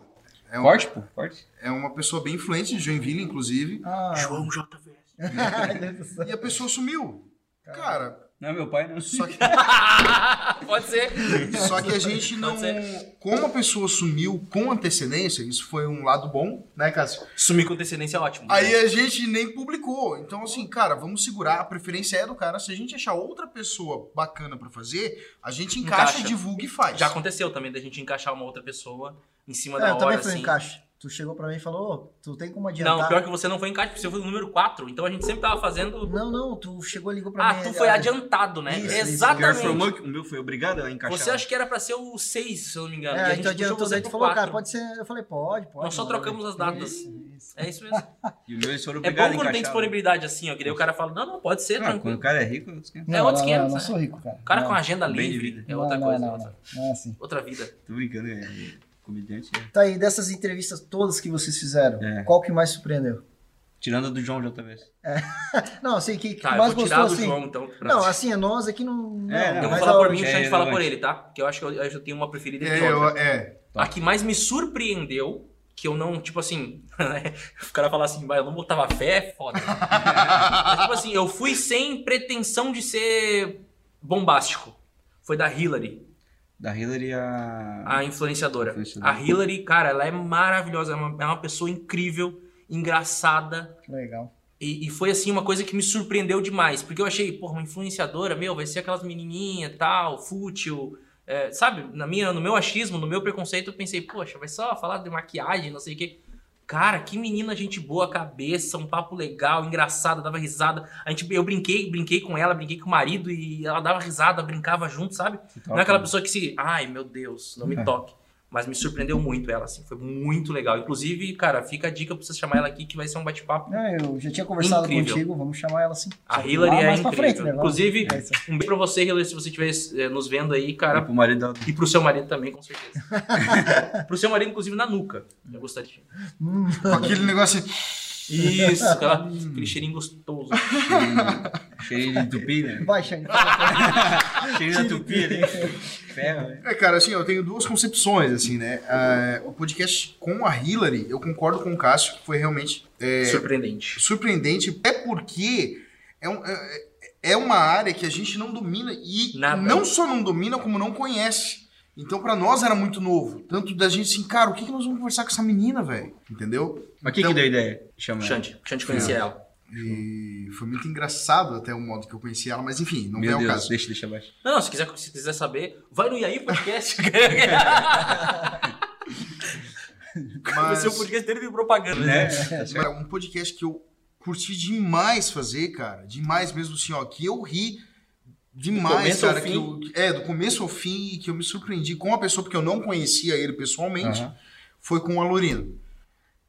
S2: É, um-
S4: Corte, pô, corte.
S2: é uma pessoa bem influente de Joinville, inclusive.
S1: Ah,
S3: João JVS.
S1: meu Deus do céu.
S2: E a pessoa sumiu. Cara,
S4: Não é meu pai, não.
S2: Só que,
S3: Pode ser.
S2: só que a gente não.
S3: Pode ser.
S2: Como a pessoa sumiu com antecedência, isso foi um lado bom, né, Cássio?
S3: Sumir com descendência é ótimo.
S2: Aí a gente nem publicou. Então, assim, cara, vamos segurar. A preferência é do cara. Se a gente achar outra pessoa bacana pra fazer, a gente encaixa,
S3: Encaixa.
S2: divulga e faz.
S3: Já aconteceu também da gente encaixar uma outra pessoa em cima
S1: É,
S3: da
S1: eu
S3: hora,
S1: também fui em
S3: assim.
S1: encaixe. Tu chegou pra mim e falou, ô, tu tem como adiantar?
S3: Não, pior que você não foi encaixe, porque você foi o número 4. Então a gente sempre tava fazendo.
S1: Não, não, tu chegou e ligou pra mim.
S3: Ah, tu foi
S1: ah,
S3: adiantado, né?
S1: Isso, isso.
S4: Pior
S3: Exatamente.
S4: foi o meu, que- o meu foi obrigado a encaixar.
S3: você acha que era pra ser o 6, se eu não me engano. e
S1: É,
S3: a
S1: aí
S3: gente
S1: tu adiantou,
S3: puxou você
S1: daí tu
S3: pro
S1: falou, cara,
S3: quatro.
S1: pode ser... Eu falei, pode, pode.
S3: Nós só
S1: mano.
S3: trocamos as datas.
S1: Isso,
S3: É isso mesmo.
S4: E o meu eles foram
S3: É bom
S4: obrigados a
S3: quando
S4: encaixar. né?
S3: tem disponibilidade assim, ó. Que daí o cara fala, não, não, pode ser,
S4: Ah, quando
S3: tranquilo.
S4: o cara é rico, os caras-
S3: É outro
S1: não,
S3: esquema,
S1: Não, não
S3: sabe?
S1: sou rico, cara.
S3: O cara
S1: não,
S3: com agenda
S4: Bem
S3: livre
S4: dividido.
S3: é outra
S1: não,
S3: coisa.
S1: Não,
S3: é
S1: não,
S3: outra-
S1: não, não é assim.
S3: Outra vida.
S4: tô brincando, é, é comediante. é.
S1: Tá aí, dessas entrevistas todas que vocês fizeram,
S4: É.
S1: qual que mais surpreendeu?
S4: Tirando a do João já talvez.
S1: Não, assim, que, que
S3: Tá, eu
S1: mais
S3: vou
S1: gostou,
S3: tirar do
S1: assim...
S3: João, então. pra-
S1: Não, assim, nós aqui não... não,
S4: É,
S3: Eu vou
S1: mas
S3: falar
S1: a-
S3: por mim e o
S4: é,
S3: Xande
S4: não
S3: falar
S4: vai.
S3: por ele, tá? Que eu acho que eu, eu tenho uma preferida e
S2: É,
S3: outra.
S2: eu- é.
S3: A que mais me surpreendeu, que eu não, tipo assim, o cara falar assim, mas eu não botava fé, é foda. Mas, tipo assim, eu fui sem pretensão de ser bombástico. Foi da Hillary,
S4: Da Hillary a.
S3: a influenciadora.
S4: Influenciadora.
S3: A Hillary, cara, ela é maravilhosa, é uma, é uma pessoa incrível, engraçada,
S1: Legal.
S3: e, e foi assim uma coisa que me surpreendeu demais, porque eu achei, porra, uma influenciadora, meu, vai ser aquelas menininha tal, fútil, é, sabe? Na minha, no meu achismo, no meu preconceito, eu pensei, poxa, vai só falar de maquiagem, não sei o quê. Cara, que menina gente boa, cabeça, um papo legal, engraçada, dava risada. A gente, eu brinquei, brinquei com ela, brinquei com o marido e ela dava risada, brincava junto, sabe? Não é aquela pessoa que se. Ai, meu Deus, não me
S4: É.
S3: toque. Mas me surpreendeu muito ela, assim. Foi muito legal. Inclusive, cara, fica a dica pra você chamar ela aqui que vai ser um bate-papo
S1: Não, eu já tinha conversado
S3: Incrível.
S1: contigo, vamos chamar ela assim.
S3: a
S1: Só que
S3: Hillary
S1: lá
S3: é
S1: mais pra
S3: incrível.
S1: frente, né? Lá-
S3: Inclusive,
S1: É isso.
S3: um beijo pra você, Hillary, se você estiver eh, nos vendo aí,
S4: Cara,
S3: cara.
S4: pro Tipo, marido dela.
S3: E pro seu marido também, com certeza. pro seu marido, inclusive, na nuca. Eu gostaria.
S1: Hum,
S2: Com aquele negócio assim.
S3: Isso, aquela, aquele cheirinho gostoso.
S4: Cheirinho de tupi, né?
S1: vai, Xande.
S4: Cheirinho da tupi
S3: né?
S4: ali. Ferro, né?
S2: É, cara, assim, eu tenho duas concepções, assim, né? Ah, o podcast com a Hillary, eu concordo com o Cássio, que foi realmente é,
S3: Surpreendente.
S2: surpreendente, é porque é, um- é- é uma área que a gente não domina e
S3: Nada.
S2: não só não domina, como não conhece. Então, pra nós era muito novo. Tanto da gente assim, cara, o que, que nós vamos conversar com essa menina, velho? Entendeu?
S4: Mas quem
S2: Então-
S4: que deu a ideia? Chama ela.
S3: Xande, Xande conhecia ela.
S2: E foi muito engraçado até o modo que eu conheci ela, mas enfim, não é
S4: Meu
S2: o
S4: Deus,
S2: caso.
S4: deixa, deixa abaixo.
S3: Não, não, se quiser, se quiser saber, vai no Iaí Podcast. Vai
S2: Mas-
S3: ser um podcast inteiro de propaganda, né?
S4: Né? Tá certo.
S2: Cara, um podcast que eu curti demais fazer, cara. Demais mesmo, assim, ó. Que eu ri
S3: Do
S2: demais,
S3: começo ao
S2: cara. que eu- é, do começo ao fim, e que eu me surpreendi com a pessoa, porque eu não conhecia ele pessoalmente.
S4: Aham.
S2: Foi com o Alorino.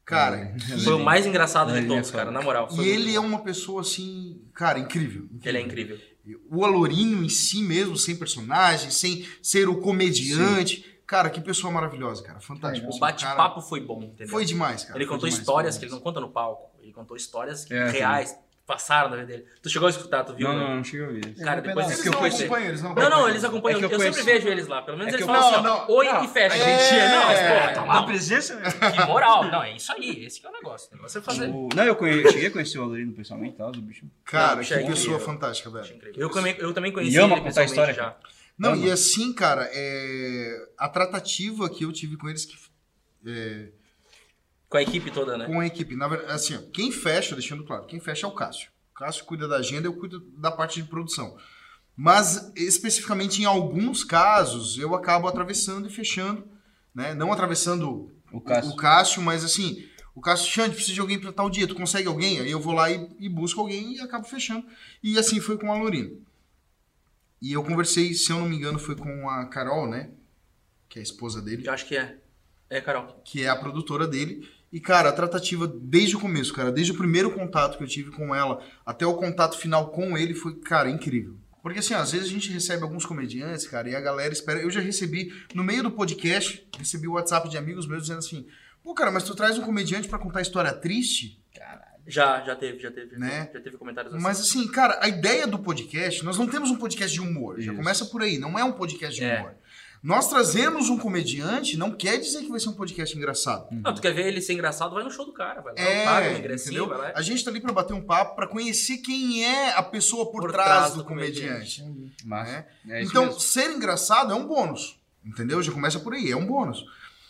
S2: Cara, que-
S3: É, Foi o mais engraçado de
S4: Ele é
S3: todos,
S4: foda.
S3: cara, na moral. Foi
S2: e ele é
S3: muito-
S2: uma pessoa, assim, cara, incrível.
S3: Ele é incrível.
S2: O Alorino em si mesmo, sem personagem, sem ser o comediante. Cara, que pessoa maravilhosa, cara. Fantástico.
S3: É, O
S2: assim, cara.
S3: bate-papo foi bom, entendeu?
S2: Foi demais, cara.
S3: Ele
S2: foi
S3: contou
S2: demais,
S3: histórias
S2: foi
S3: que ele
S2: demais.
S3: não conta no palco. Ele contou histórias que-
S4: É,
S3: reais que passaram na vida dele. Tu chegou a escutar, tu viu?
S4: Não,
S3: né?
S4: não, não chega a ver.
S3: Cara,
S1: Eu vou
S3: depois
S1: pegar.
S3: disso
S2: Eles
S3: que eu
S2: não
S3: conheci.
S2: acompanham, eles não
S3: Não, não,
S2: acompanham.
S3: eles acompanham.
S4: É que
S3: eu
S4: eu
S3: sempre
S4: conheço.
S3: vejo eles lá. Pelo menos
S4: É que
S3: eles
S4: eu
S3: falam
S2: conheço.
S3: assim, ó,
S2: Não, não.
S3: oi
S4: Não,
S3: e fecha.
S2: a gente-
S3: não, mas
S2: é.
S3: porra, tá
S4: A
S3: lá.
S4: presença, né?
S3: Que moral. Não, é isso aí. Esse que é o negócio. O negócio é fazer.
S4: O- Não, eu, conhe- eu cheguei a conhecer o Alorino pessoalmente e tal, do bicho.
S2: Cara,
S3: Não,
S2: que
S3: chega em
S2: pessoa
S3: nível.
S2: fantástica, velho.
S3: Eu, come- eu também conheci
S4: E ama
S3: ele
S4: contar
S3: pessoalmente
S4: história.
S3: já.
S2: Não,
S4: Ama.
S2: e assim, cara, é, a tratativa que eu tive com eles, que-
S3: Com a equipe toda, né?
S2: com a equipe, na verdade, assim, ó, quem fecha, deixando claro, quem fecha é o Cássio. O Cássio cuida da agenda, eu cuido da parte de produção. Mas, especificamente, em alguns casos, eu acabo atravessando e fechando, né? Não atravessando
S4: O Cássio.
S2: mas assim, o Cássio, Xande, precisa de alguém pra tal dia, tu consegue alguém? Aí eu vou lá e, e busco alguém e acabo fechando. E assim foi com a Lorino. E eu conversei, se eu não me engano, foi com a Carol, né? Que é a esposa dele
S3: Eu acho que é. É, Carol.
S2: que é a produtora dele. E, cara, a tratativa desde o começo, cara, desde o primeiro contato que eu tive com ela até o contato final com ele foi, cara, incrível. Porque, assim, às vezes a gente recebe alguns comediantes, cara, e a galera espera. Eu já recebi, no meio do podcast, recebi o WhatsApp de amigos meus dizendo assim: pô, cara, mas tu traz um comediante pra contar história triste?
S3: Já, já teve, já teve. já
S2: Né?
S3: teve- Já teve comentários assim.
S2: Mas, assim, cara, a ideia do podcast, nós não temos um podcast de humor. Já
S4: Isso.
S2: começa por aí, não é um podcast de
S3: É.
S2: humor. Nós trazemos um comediante não quer dizer que vai ser um podcast engraçado.
S3: Não, tu quer ver ele ser engraçado, vai no show do cara, vai lá,
S2: É,
S3: paga uma
S2: entendeu?
S3: ingressinha, vai lá.
S2: A gente tá ali pra bater um papo, pra conhecer quem é a pessoa por,
S3: Por
S2: trás,
S3: trás
S2: do,
S3: do
S2: comediante.
S4: Massa.
S2: né?
S4: É isso
S2: então,
S4: mesmo.
S2: ser engraçado é um bônus, entendeu? Já começa por aí, é um bônus.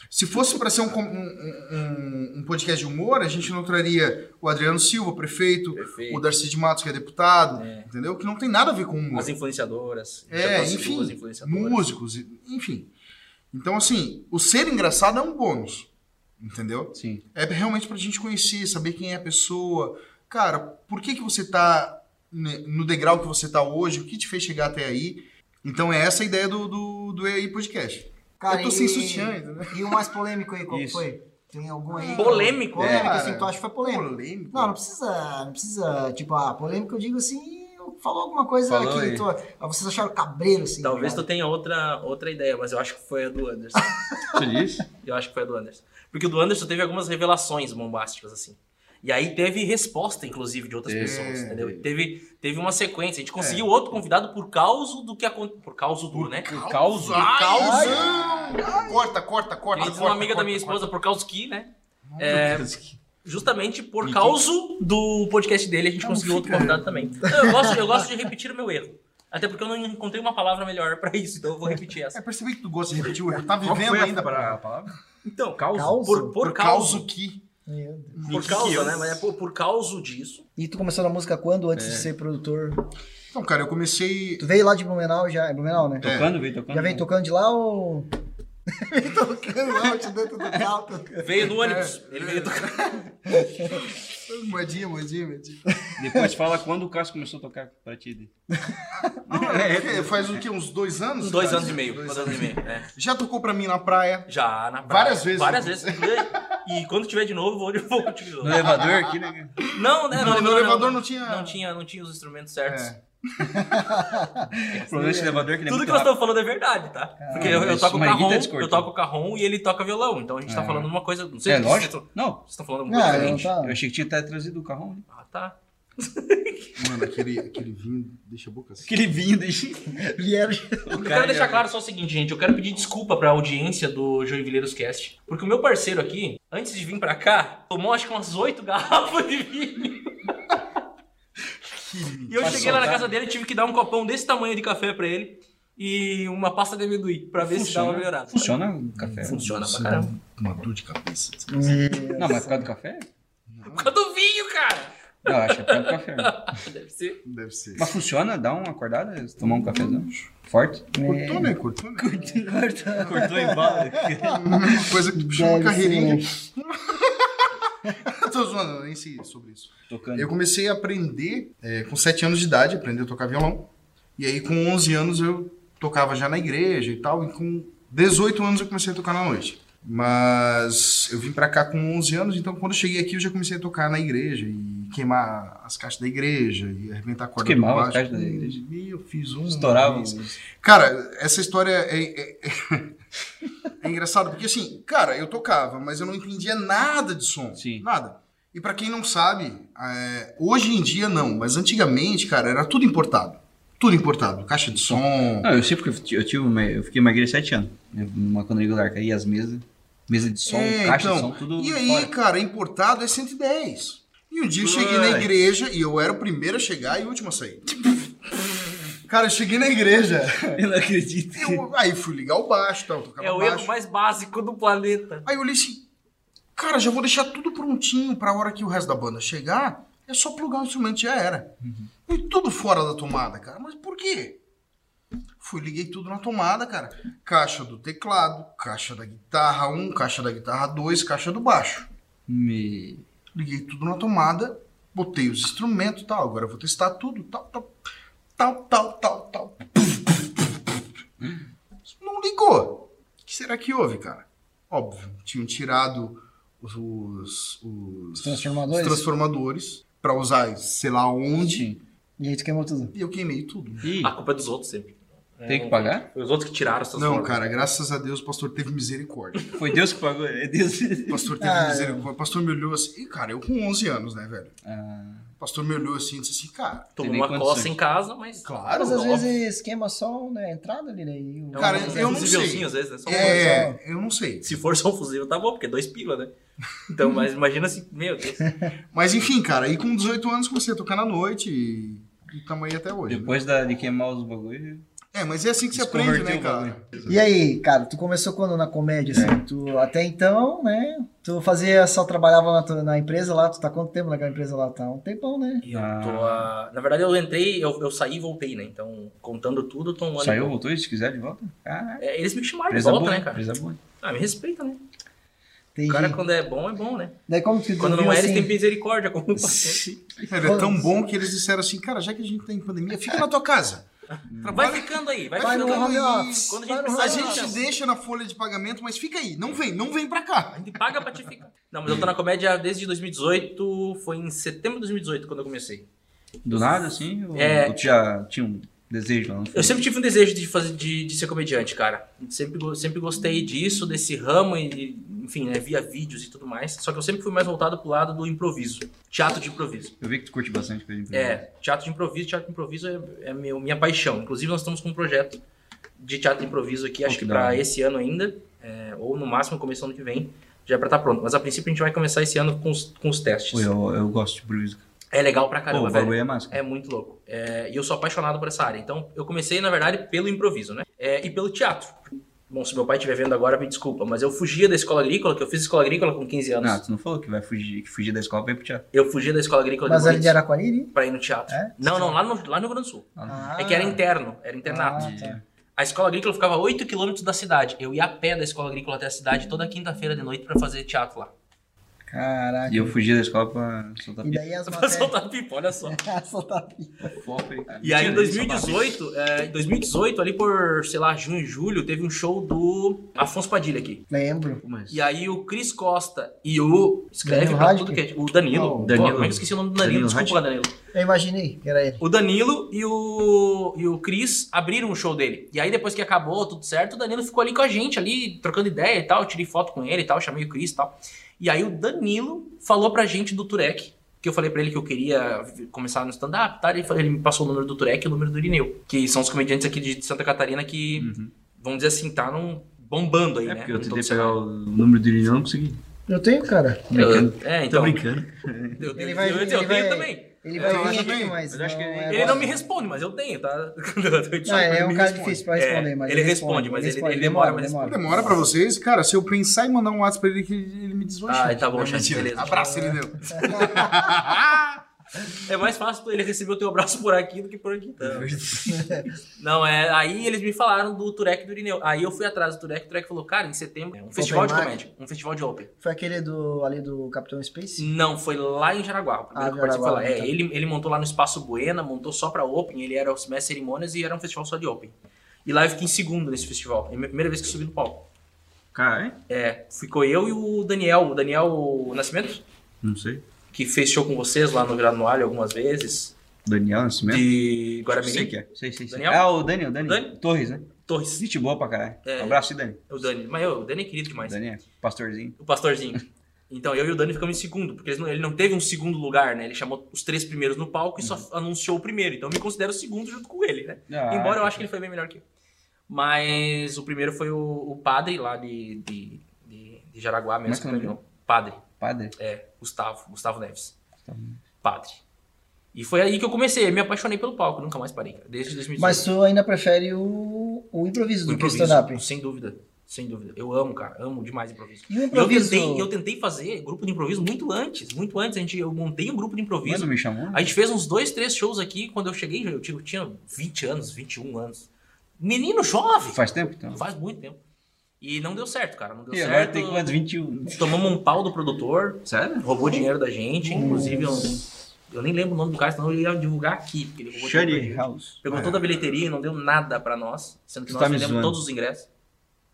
S2: Se fosse pra ser um, com- um- um- um podcast de humor, a gente não traria o Adriano Silva, prefeito, o
S3: Perfeito.
S2: Darcy de Matos, que é deputado,
S3: É.
S2: entendeu? Que não tem nada a ver com humor.
S3: As influenciadoras.
S2: É,
S3: já trouxe
S2: enfim,
S3: duas influenciadoras.
S2: músicos, e- enfim. Então, assim, o ser engraçado é um bônus, entendeu?
S4: Sim.
S2: É realmente pra gente conhecer, saber quem é a pessoa. Cara, por que, que você tá ne- no degrau que você tá hoje? O que te fez chegar até aí? Então é essa a ideia do, do, do EAI Podcast.
S1: Cara,
S2: Eu tô sem
S1: e-
S2: sutiã ainda, né?
S1: E o mais polêmico aí, qual
S4: Isso.
S1: foi? Tem algum aí?
S3: Polêmico?
S1: Polêmico,
S2: É,
S1: assim,
S2: cara.
S1: tu acha que foi polêmico?
S2: Polêmico.
S1: Não, não precisa, não precisa, tipo, ah, polêmico eu digo assim, falou alguma coisa
S4: Falou
S1: que
S4: aí.
S1: tu, ah, vocês acharam cabreiro, assim.
S3: Talvez tu
S1: cara.
S3: tenha outra, outra ideia, mas eu acho que foi a do Anderson.
S4: Você disse?
S3: Eu acho que foi a do Anderson. Porque o do Anderson teve algumas revelações bombásticas, assim. E aí teve resposta, inclusive, de outras
S4: É.
S3: pessoas, entendeu? E Teve, teve uma sequência. A gente
S2: É.
S3: conseguiu outro convidado por causa do que aconteceu. Por causa do, né?
S4: Por
S2: Causa.
S4: causa.
S2: Causa. Corta, corta, corta.
S3: Ele diz
S2: corta,
S3: uma amiga da
S2: corta,
S3: minha
S2: corta.
S3: esposa, por causa que, né?
S4: Meu Deus, que-
S3: Justamente por
S4: Me
S3: causa do podcast dele, a gente
S2: Não,
S3: conseguiu outro
S2: fica-
S3: convidado também. Não, Eu gosto, eu gosto de repetir o meu erro. Até porque eu não encontrei uma palavra melhor pra isso, então eu vou repetir essa.
S2: É, percebi que tu gosta de repetir o erro. Tá
S4: Qual
S2: vivendo
S4: foi a-
S2: ainda
S4: pra
S2: pra...
S4: a palavra?
S3: Então,
S4: Causa?
S1: Causa?
S3: por, por causa.
S2: que...
S1: Meu Deus.
S3: Por causa, né? Mas é por, por causa disso.
S1: E tu começou na música quando, antes
S4: É.
S1: de ser produtor?
S2: Então, cara, eu comecei...
S1: Tu veio lá de Blumenau já, é Blumenau, né?
S4: Tocando, veio tocando.
S1: Já veio tocando de lá ou... veio tocando lá, te dentro do carro.
S3: Veio no ônibus. Ele veio tocando.
S2: Moedinha, moedinha, moedinha.
S4: Depois fala quando o Cássio começou a tocar pra ti. né?
S2: Ah, faz o quê? Uns dois anos?
S3: É, Uns dois
S2: cara?
S3: anos e meio.
S2: é, Dois
S3: Dois anos e meio, né?
S2: Já tocou pra mim na praia.
S3: Já na praia.
S2: Várias vezes.
S3: Várias vezes. E quando tiver de novo, vou, vou contigo.
S4: No elevador aqui, né? cara?
S3: Não, né?
S2: No elevador não tinha-
S3: Não tinha, não tinha os instrumentos certos.
S2: É.
S4: O problema desse elevador é que ele é
S3: Tudo
S4: muito
S3: que nós
S4: rápido.
S3: estamos falando é verdade, tá? Porque eu, eu
S4: mas
S3: toco
S4: uma guita
S3: carrom, eu
S4: descortou.
S3: toco carrom e ele toca violão. Então a gente tá
S4: É.
S3: falando uma coisa. Não sei
S4: É
S3: se vocês
S4: lógico.
S3: tão-
S4: Não.
S3: Vocês estão falando alguma
S1: Ah,
S3: coisa
S1: não
S3: diferente.
S1: tá...
S4: Eu achei que tinha até trazido o carrão. Né?
S3: Ah, tá.
S2: Mano, aquele, aquele vinho deixa a boca assim.
S4: Aquele vinho desse.
S1: Vieram...
S3: Eu quero deixar claro só o seguinte, gente. Eu quero pedir desculpa pra audiência do Joinvileiros Cast. Porque o meu parceiro aqui, antes de vir pra cá, tomou acho que umas oito garrafas de vinho. E eu
S4: Faz
S3: cheguei lá na
S4: saudade.
S3: casa dele e tive que dar um copão desse tamanho de café pra ele e uma pasta de amendoim pra ver se dá uma melhorada.
S4: Funciona o café?
S3: Funciona pra caramba.
S2: Uma dor de cabeça.
S4: Não, mas por causa do café?
S3: Por causa do vinho, cara!
S4: Não, acho que é por causa do café. né?
S3: Deve ser.
S2: Deve ser.
S4: Mas funciona? Dá uma acordada? Tomar um cafezão? Forte?
S2: Cortou, né? Cortou, né?
S4: Cortou em bala.
S2: Coisa que puxou uma
S1: Deve
S2: carreirinha. Tô zoando, nem sei sobre isso.
S4: Tocando.
S2: Eu comecei a aprender é, com 7 anos de idade, aprender a tocar violão. E aí com 11 anos eu tocava já na igreja e tal, e com 18 anos eu comecei a tocar na noite. Mas eu vim pra cá com 11 anos, então quando eu cheguei aqui eu já comecei a tocar na igreja e queimar as caixas da igreja e arrebentar a corda
S4: Queimava
S2: do
S4: as
S2: baixo.
S4: caixas da igreja?
S2: E eu fiz um.
S4: Estourava.
S2: dois. Cara, essa história é, é, é engraçado, porque assim, cara, eu tocava, mas eu não entendia nada de som.
S4: Sim.
S2: Nada. E pra quem não sabe, é, hoje em dia não, mas antigamente, cara, era tudo importado. Tudo importado. Caixa de som.
S4: Não, eu sei porque eu ti- eu, tive uma, eu fiquei uma igreja sete anos. né, Numa quadrangular, que aí as mesas, mesa de som,
S2: É,
S4: caixa
S2: então,
S4: de som, tudo
S2: E aí,
S4: fora.
S2: cara, importado é 110. E um dia eu cheguei na
S4: Ai.
S2: igreja e eu era o primeiro a chegar e o último a sair. Cara, eu cheguei na igreja.
S4: Eu não acredito.
S2: eu- aí fui ligar o baixo, tal, tocava
S3: É o
S2: baixo.
S3: erro mais básico do planeta.
S2: Aí eu olhei assim, cara, já vou deixar tudo prontinho pra hora que o resto da banda chegar, é só plugar o instrumento e já era. E tudo fora da tomada, cara. Mas por quê? Fui, liguei tudo na tomada, cara. Caixa do teclado, caixa da guitarra 1, caixa da guitarra 2, caixa do baixo.
S4: Me...
S2: Liguei tudo na tomada, botei os instrumentos e tal. Agora eu vou testar tudo, tal, tal, tal, tal, tal, tal. Não ligou. O que será que houve, cara? Óbvio, tinham tirado os, os, os-
S1: Os transformadores?
S2: os transformadores pra usar sei lá onde.
S4: Sim.
S1: E aí tu queimou tudo.
S2: E eu queimei tudo.
S4: Ih,
S3: A culpa é dos outros sempre.
S4: Tem que pagar?
S3: Foi os outros que tiraram essas
S2: Não,
S3: formas.
S2: cara, graças a Deus o pastor teve misericórdia.
S4: Foi Deus que pagou? É Deus.
S2: O pastor teve
S1: Ah,
S2: misericórdia. O pastor me olhou assim. E, cara, eu com 11 anos, né, velho?
S4: Ah,
S2: O pastor me olhou assim e disse assim, cara.
S3: Tomou
S4: Tem nem
S3: uma coça
S4: condições.
S3: em casa, mas.
S2: Claro,
S1: Mas às
S3: óbvio.
S1: vezes queima só né, a entrada ali, né? e o-
S4: Então,
S2: Cara,
S3: Uns-
S2: eu
S3: uns
S2: não sei.
S3: fuzilzinhos, é às vezes, né? Só uma coisa.
S2: É, eu não sei.
S3: Se for só um fuzil, tá bom, porque é dois pila, né? Então, mas imagina assim, meu Deus.
S2: Mas enfim, cara, aí com 18 anos comecei a tocar na noite e estamos aí até hoje. né?
S4: depois da, de queimar os bagulho.
S2: É, mas é assim que se
S4: se
S2: aprende, né,
S4: converteu o
S2: cara?
S1: E aí, cara, tu começou quando na comédia, assim?
S4: É.
S1: Tu, até então, né? Tu fazia, só trabalhava na, tua- na empresa lá, tu tá quanto tempo naquela empresa lá? Tá um tempão, né?
S3: E eu tô a... Na verdade, eu entrei, eu, eu saí e voltei, né? Então, contando tudo, eu tô um ano. e
S4: Saiu,
S3: pouco.
S4: voltou, e se quiser de volta. Ah,
S3: É, eles me chamaram de
S4: presa
S3: volta,
S4: boa,
S3: né, cara?
S4: Presa boa.
S3: Ah, me respeita, né?
S1: Tem
S3: O cara, quando é bom, é bom, né?
S1: Daí como que tu
S3: Quando
S1: viu,
S3: não é,
S1: assim,
S3: eles têm misericórdia, como eu passei.
S2: Ele é tão bom que eles disseram assim, cara, já que a gente tá em pandemia, fica na tua casa.
S3: Vai ficando aí, vai,
S2: Vai
S1: no
S3: ficando
S1: home
S3: aí.
S1: office,
S3: Quando a
S1: vai no home
S2: A
S3: gente precisar, gente
S2: gente
S3: chama.
S2: deixa na folha de pagamento, mas fica aí. Não vem, não vem pra cá.
S3: Ele paga pra te ficar. Não, mas eu tô na comédia desde 2018, foi em setembro de 2018 quando eu comecei.
S4: Do nada, assim? Ou,
S3: É.
S4: ou tu já tinha um desejo lá no fundo?
S3: Eu sempre tive um desejo de fazer de, de ser comediante, cara. Sempre, go- sempre gostei disso, desse ramo e, enfim, né, via vídeos e tudo mais. Só que eu sempre fui mais voltado pro lado do improviso, teatro de improviso.
S4: Eu vi que tu curte bastante coisa de
S3: É, teatro de improviso, teatro de improviso é, é meu, minha paixão. Inclusive, nós estamos com um projeto de teatro de improviso aqui,
S4: Pô,
S3: acho
S4: que
S3: que
S4: da
S3: para
S4: hora.
S3: esse ano ainda, é, ou no máximo começo do ano que vem, já é pra estar pronto. Mas a princípio a gente vai começar esse ano com os, com os testes.
S4: Pô, eu, eu gosto de bruiso.
S3: É legal pra
S4: Pô,
S3: caramba,
S4: o
S3: velho.
S4: bagulho é massa.
S3: É muito louco. É, e eu sou apaixonado por essa área. Então, eu comecei, na verdade, pelo improviso, né? É, e pelo teatro. Bom, se meu pai estiver vendo agora, me desculpa, mas eu fugia da escola agrícola, que eu fiz escola agrícola com 15 anos.
S4: Não, Ah, tu não falou que vai fugir, que fugir da escola pra ir pro teatro.
S3: Eu fugia da escola agrícola
S1: Mas
S3: de
S1: ali de
S3: Corinthians
S1: Araquari?
S3: pra ir no teatro.
S1: É?
S3: Não, não, lá no, lá no Rio Grande do Sul.
S1: Ah,
S3: É que era interno, era internato.
S1: Ah, tá.
S3: A escola agrícola ficava 8 quilômetros da cidade. Eu ia a pé da escola agrícola até a cidade toda quinta-feira de noite pra fazer teatro lá.
S1: Caraca.
S4: E eu fugi da escola pra soltar
S1: E
S4: pipa.
S1: daí as
S3: Pra
S1: matérias...
S3: soltar pipa, olha
S1: É,
S3: só.
S1: Soltar pipa.
S3: E aí em 2018, é, em 2018, ali por, sei lá, junho, julho, teve um show do Afonso Padilha aqui.
S1: Lembro.
S3: E aí o Cris Costa e o. Escreve
S1: Danilo
S3: pra
S1: Radke?
S3: tudo que é. O Danilo.
S1: Não,
S3: Pô,
S4: Danilo.
S3: como é que eu esqueci o nome do Danilo?
S4: Danilo
S3: Desculpa, Danilo.
S1: Eu imaginei que era ele.
S3: O Danilo e o. e o Cris abriram o show dele. E aí, depois que acabou, tudo certo, o Danilo ficou ali com a gente, ali, trocando ideia e tal. Eu tirei foto com ele e tal, chamei o Cris e tal. E aí o Danilo falou pra gente do Turek. Que eu falei pra ele que eu queria começar no stand-up, tá? Ele, falou- ele me passou o número do Turek e o número do Irineu. Que são os comediantes aqui de Santa Catarina que, vamos dizer assim, tá num, bombando aí,
S4: Uhum. É
S3: né?
S4: porque eu
S3: em todo
S4: tentei
S3: o
S4: pegar
S3: cenário.
S4: o número do Irineu e não consegui.
S1: Eu tenho, cara.
S4: Brincando.
S3: Eu- é,
S4: Tô
S3: então.
S4: brincando.
S3: Eu tenho,
S1: Ele vai-
S3: eu,
S1: ele
S3: eu tenho
S1: vai-
S3: também.
S1: Ele
S2: Eu
S1: vai
S2: acho
S1: vir aqui,
S2: bem.
S1: mas
S4: Mas acho
S1: não
S4: que
S1: é
S4: ele-
S3: Ele não
S1: agora.
S3: me responde, mas eu tenho, tá?
S1: Não,
S3: Eu te-
S1: ele
S2: ele
S1: é um
S2: me
S1: cara
S2: responde.
S1: difícil pra responder,
S3: É,
S1: mas
S3: ele responde, mas ele- ele demora, mas
S2: Demora pra vocês, cara. Se eu pensar em mandar um WhatsApp pra ele, que ele me desvai.
S3: Ah, tá bom, chat, beleza.
S2: Abraço, ele deu.
S3: É mais fácil ele receber o teu abraço por aqui do que por aqui. Então. Não, é. Aí eles me falaram do Turek e do Irineu. Aí eu fui atrás do Turek, o Turek falou, cara, em setembro, é um festival de
S1: mic?
S3: comédia, um festival de open.
S1: Foi aquele do, ali do Capitão Space?
S3: Não, foi lá em Jaraguá. O primeiro
S1: Ah,
S3: que eu participei foi lá.
S1: Jaraguá,
S3: É,
S1: tá.
S3: ele, ele montou lá no Espaço Buena, montou só pra Open, ele era o semestre cerimônias e era um festival só de Open. E lá eu fiquei em segundo nesse festival. É a minha primeira vez que eu subi no palco.
S4: Cara, é?
S3: É, ficou eu e o Daniel, o Daniel Nascimento,
S4: Não sei.
S3: que fez show com vocês lá no Granualho algumas vezes.
S4: Daniel Nascimento?
S3: de Guaramirim.
S4: Né? Sei que é. Sei, sei, sei.
S3: Daniel?
S4: Ah, o Daniel, Daniel.
S3: Dani?
S4: Torres, né?
S3: Torres.
S4: Gente boa pra caralho.
S3: É.
S4: Abraço aí, Dani.
S3: O Dani. Mas eu, o Dani é querido demais.
S4: Dani é pastorzinho.
S3: O pastorzinho. Então, eu e o Dani ficamos em segundo, porque eles não- ele não teve um segundo lugar, né? Ele chamou os três primeiros no palco e só anunciou o primeiro. Então, eu me considero o segundo junto com ele, né?
S4: Uhum. Ah,
S3: Embora eu acho que ele foi bem melhor que eu. Mas o primeiro foi o, o padre lá de, de, de, de Jaraguá
S4: Como é
S3: mesmo.
S4: que é o
S3: que
S4: nome
S3: ganhou. padre.
S4: Padre.
S3: É, Gustavo. Gustavo Neves. Padre. E foi aí que eu comecei. Me apaixonei pelo palco. Nunca mais parei. cara, Desde 2018.
S1: Mas tu ainda prefere o, o improviso
S3: O
S1: do que o
S3: improviso,
S1: stand-up.
S3: Sem dúvida. Sem dúvida. Eu amo, cara. Amo demais improviso.
S1: E o
S3: Eu
S1: improviso...
S3: tentei, eu tentei fazer grupo de improviso muito antes. Muito antes. A gente, eu montei um grupo de
S4: Quando
S3: improviso.
S4: me chamou? né?
S3: A gente fez uns dois, três shows aqui. Quando eu cheguei, eu tinha, eu tinha 20 anos, 21 anos. Menino jovem.
S4: Faz tempo, então.
S3: Faz muito tempo. E não deu certo, cara. Não deu
S4: E
S3: certo.
S4: agora tem quantos? 21.
S3: Tomamos um pau do produtor.
S4: Sério?
S3: Roubou dinheiro da gente. Inclusive, eu, eu nem lembro o nome do cara, senão eu ia divulgar aqui. Porque ele roubou dinheiro da
S4: Shady
S3: gente.
S4: House.
S3: Pegou toda a bilheteria e não deu nada pra nós, sendo que
S4: é. Você
S3: nós
S4: tá me
S3: vendemos
S4: zoando.
S3: todos os ingressos.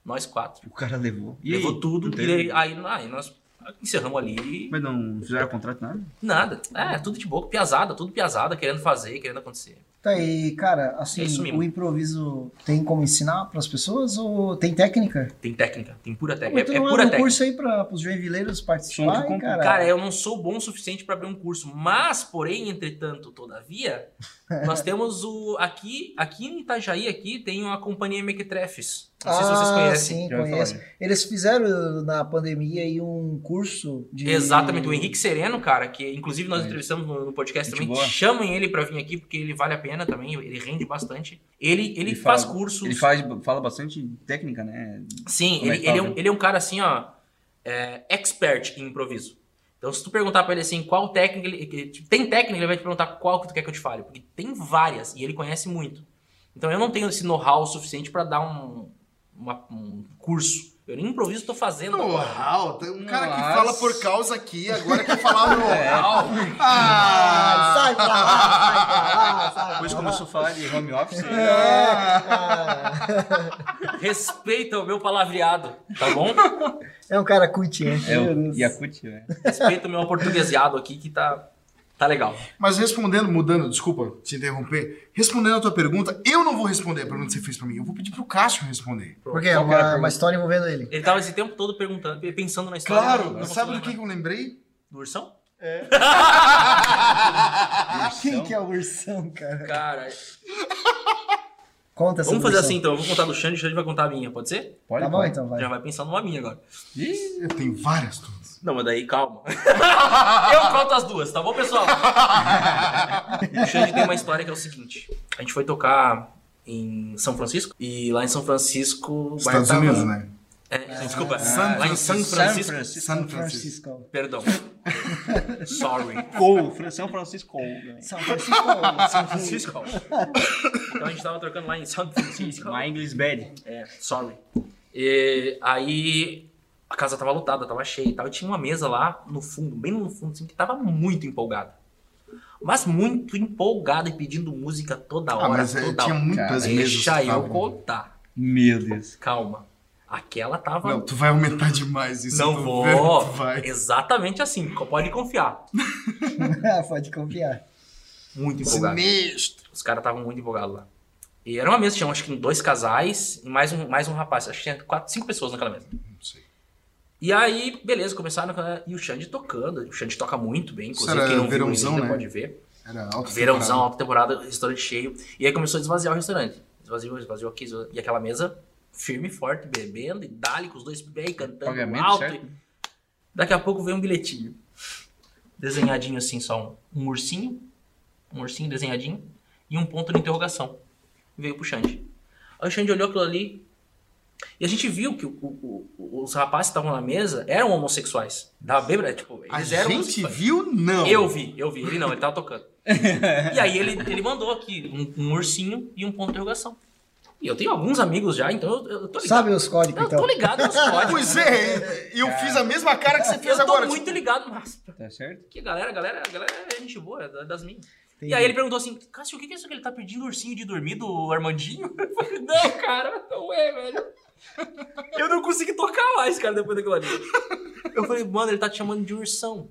S3: Nós quatro.
S4: O cara levou. E
S3: Levou
S4: aí?
S3: tudo.
S4: Não
S3: E
S4: teve?
S3: daí- aí, aí nós encerramos ali.
S4: Mas não fizeram contrato, nada?
S3: Nada. É, tudo de boca, piazada, tudo piazada, querendo fazer, querendo acontecer.
S1: Tá, e cara, assim,
S3: É isso mesmo.
S1: o improviso tem como ensinar pras pessoas ou tem técnica?
S3: Tem técnica, tem pura
S1: Mas
S3: técnica.
S1: tu
S3: É, é
S1: não
S3: pura
S1: abre um
S3: técnica.
S1: curso aí para os joinvileiros
S4: Som de
S1: participarem,
S4: compra-
S1: cara.
S3: Cara, eu não sou bom o suficiente para abrir um curso, mas, porém, entretanto, todavia, nós temos o aqui, aqui em Itajaí aqui tem uma companhia Mequetrefes. Não sei se vocês
S1: Ah,
S3: conhecem.
S1: Sim,
S4: Já ouvi
S1: conheço.
S4: falar.
S1: Eles fizeram uh, na pandemia aí um curso de.
S3: Exatamente, o Henrique Sereno, cara, que inclusive nós
S4: Aí.
S3: entrevistamos no, no podcast
S4: É. Gente
S3: também.
S4: boa.
S3: Chamem ele pra vir aqui porque ele vale a pena também, ele rende bastante. Ele, ele,
S4: Ele
S3: faz
S4: fala-
S3: cursos.
S4: Ele faz, fala bastante técnica, né?
S3: Sim,
S4: Como é
S3: ele,
S4: que tá,
S3: ele, é um,
S4: né?
S3: ele é um cara assim, ó, é, expert em improviso. Então, se tu perguntar pra ele assim, qual técnica. Ele, ele- tipo, tem técnica, ele vai te perguntar qual que tu quer que eu te fale, porque tem várias e ele conhece muito. Então, eu não tenho esse know-how suficiente pra dar um, uma- um curso. Eu nem improviso, tô fazendo. agora.
S2: Know-how? Tem um cara que
S4: Nossa.
S2: fala por causa aqui, agora quer falar
S3: É,
S2: know-how.
S1: Ah, sai pra lá, sai pra lá, sai pra
S4: Depois
S1: Ah, tá lá.
S4: começou a falar de home office.
S3: né?
S1: É, cara.
S3: Respeita o meu palavreado, tá bom?
S1: É um cara cut, né?
S4: É
S3: um-
S1: Meu
S4: o
S1: Deus.
S4: Yakut, né?
S3: Respeita o meu portugueseado aqui que tá, tá legal.
S2: Mas respondendo, mudando, desculpa te interromper, respondendo a tua pergunta, eu não vou responder a pergunta que você fez pra mim. Eu vou pedir pro Cássio responder.
S1: Porque é
S4: Qual que era a
S1: uma, uma
S4: pergunta?
S1: história envolvendo ele.
S3: Ele tava esse tempo todo perguntando, pensando na história.
S2: Claro,
S3: não- não
S2: sabe do
S3: consigo
S2: que que eu lembrei?
S3: lembrar. Do ursão?
S1: Quem que é o ursão, cara?
S3: Cara,
S1: Conta essa
S3: Vamos fazer assim então, eu vou contar do Xande, o Xande vai contar a minha, pode ser?
S4: Pode,
S1: Tá bom,
S4: pode.
S1: então, vai.
S3: Já vai pensando numa minha agora.
S4: Ih,
S2: Eu tenho várias todas.
S3: Não, mas daí calma. eu conto as duas, tá bom, pessoal? o Xande tem uma história que é o seguinte: a gente foi tocar em São Francisco e lá em São Francisco. o bar
S2: Estados
S3: tava-
S2: Unidos, né?
S3: É, desculpa,
S4: Ah,
S2: San
S3: lá em São Francisco.
S4: San
S2: San Francisco.
S1: Francisco.
S3: Perdão. Sorry.
S4: Francisco. São Francisco. né?
S1: São Francisco. São Francisco.
S3: Então a gente tava trocando lá em São Francisco.
S4: My English bad.
S3: É, sorry. E aí a casa tava lotada, tava cheia e tal. E tinha uma mesa lá no fundo, bem no fundo, assim, que tava muito empolgada. Mas muito empolgada e pedindo música toda hora.
S2: Ah, mas é,
S3: toda
S2: tinha
S3: hora.
S2: muitas mesas. que
S3: Deixa eu
S2: estavam.
S3: contar.
S4: Meu Deus.
S3: Calma. Aquela tava.
S2: Não, tu vai aumentar demais isso. eu
S3: Não
S2: tô
S3: vou.
S2: vendo, tu vai.
S3: Exatamente assim, co- pode confiar.
S1: Ah, Pode confiar.
S3: Muito empolgada.
S2: Sinistro.
S3: Os caras estavam muito empolgados lá. E era uma mesa, tinha acho que dois casais e mais um, mais um rapaz. Acho que tinha quatro, cinco pessoas naquela mesa.
S2: Não sei.
S3: E aí, beleza, começaram com- e o Xande tocando. O Xande toca muito bem,
S2: Isso
S3: inclusive
S2: era
S3: quem não viu
S2: verãozão,
S3: ainda
S2: né?
S3: pode ver.
S2: Era alta
S3: Verãozão, alta temporada, restaurante cheio. E aí começou a desvaziar o restaurante. Esvaziou, esvaziou aqui, esvaziou- e aquela mesa firme e forte, bebendo e dali com os dois pés e cantando
S4: Pagamento,
S3: alto.
S4: certo?
S3: Daqui a pouco veio um bilhetinho. Desenhadinho assim, só um, um ursinho. Um ursinho desenhadinho. E um ponto de interrogação. Veio pro Xande. Aí o Xande olhou aquilo ali. E a gente viu que o- o- o- os rapazes que estavam na mesa eram homossexuais. Tava bêbado, tipo,
S2: A
S3: eles eram
S2: gente
S3: homossexuais.
S2: viu, não.
S3: Eu vi, eu vi. Ele não, ele tava tocando. e aí ele, ele mandou aqui um, um ursinho e um ponto de interrogação. E eu tenho alguns amigos já, então eu, eu tô ligado.
S1: Sabe os códigos,
S3: eu
S1: então?
S3: tô ligado nos códigos.
S2: Pois é, eu fiz a mesma cara que você fez
S3: Eu tô
S2: agora. tipo
S3: muito ligado, mas...
S4: Tá certo?
S3: Que a galera, a galera, a galera é gente boa, é da- das minhas.
S1: Entendi.
S3: E aí ele perguntou assim, Cássio, o que que é isso que ele tá pedindo ursinho de dormir do Armandinho? Eu falei, não, cara, não é, velho. Eu não consegui tocar mais, cara, depois daquilo ali. Eu falei, mano, ele tá te chamando de ursão.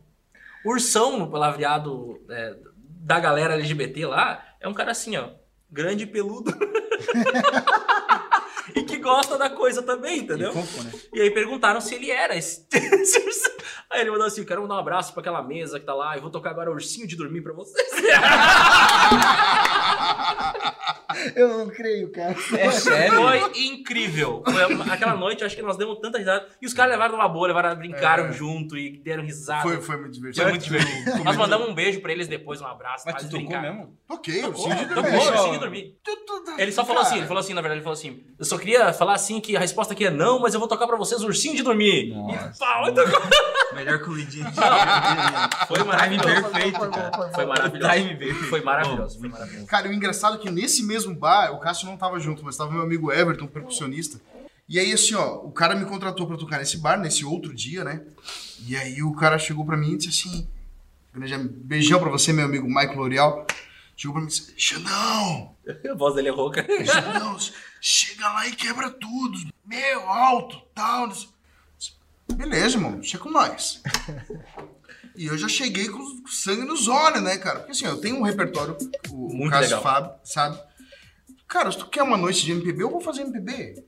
S3: Ursão, no palavreado é, da galera LGBT lá, é um cara assim, ó, grande e peludo. e que gosta da coisa também, entendeu?
S4: E fofo, né?
S3: E aí perguntaram se ele era esse. esse ursinho. aí ele mandou assim: quero mandar um abraço pra aquela mesa que tá lá, eu vou tocar agora ursinho de dormir pra vocês.
S1: Eu não creio, cara.
S4: É sério?
S3: Foi incrível. Foi uma- aquela noite, eu acho que nós demos tanta risada. E os caras levaram numa boa, levaram, brincaram
S2: É.
S3: junto e deram risada.
S2: Foi, foi muito divertido. Ah,
S3: Foi muito
S2: divertido.
S3: Nós mandamos um beijo pra eles depois, um abraço. pra
S4: Mas tu
S3: eles
S4: tocou
S3: brincarem.
S4: mesmo?
S2: Ok, eu
S3: Tocou,
S2: senti
S3: tocou,
S4: Pessoal.
S3: ursinho de dormir. tá Ele só falou assim, ele falou assim, na verdade, ele falou assim, eu só queria falar assim que a resposta aqui é não, mas eu vou tocar pra vocês ursinho de dormir. E
S4: Nossa.
S3: pau, ele tocou.
S4: Melhor comidinha.
S3: Foi
S4: Time
S3: maravilhoso.
S4: perfeito, cara.
S3: Foi maravilhoso.
S4: Time perfeito.
S3: Foi maravilhoso. Foi maravilhoso.
S2: Cara, e o engraçado é que nesse mesmo bar, o Cássio não tava junto, mas tava meu amigo Everton, percussionista. E aí, assim, ó, o cara me contratou pra tocar nesse bar, nesse outro dia, né? E aí o cara chegou pra mim e disse assim: grande am- beijão pra você, meu amigo Michael L'Oreal. Chegou pra mim e disse: Xandão,
S3: A voz dele é rouca.
S2: Xandão, chega lá e quebra tudo, meu, alto, tal. não sei- Beleza, irmão, chega com nós. E eu já cheguei com sangue nos olhos, né, cara? Porque assim, eu tenho um repertório, o,
S3: Muito
S2: o caso
S3: legal.
S2: Fábio, sabe? Cara, se tu quer uma noite de MPB, eu vou fazer MPB.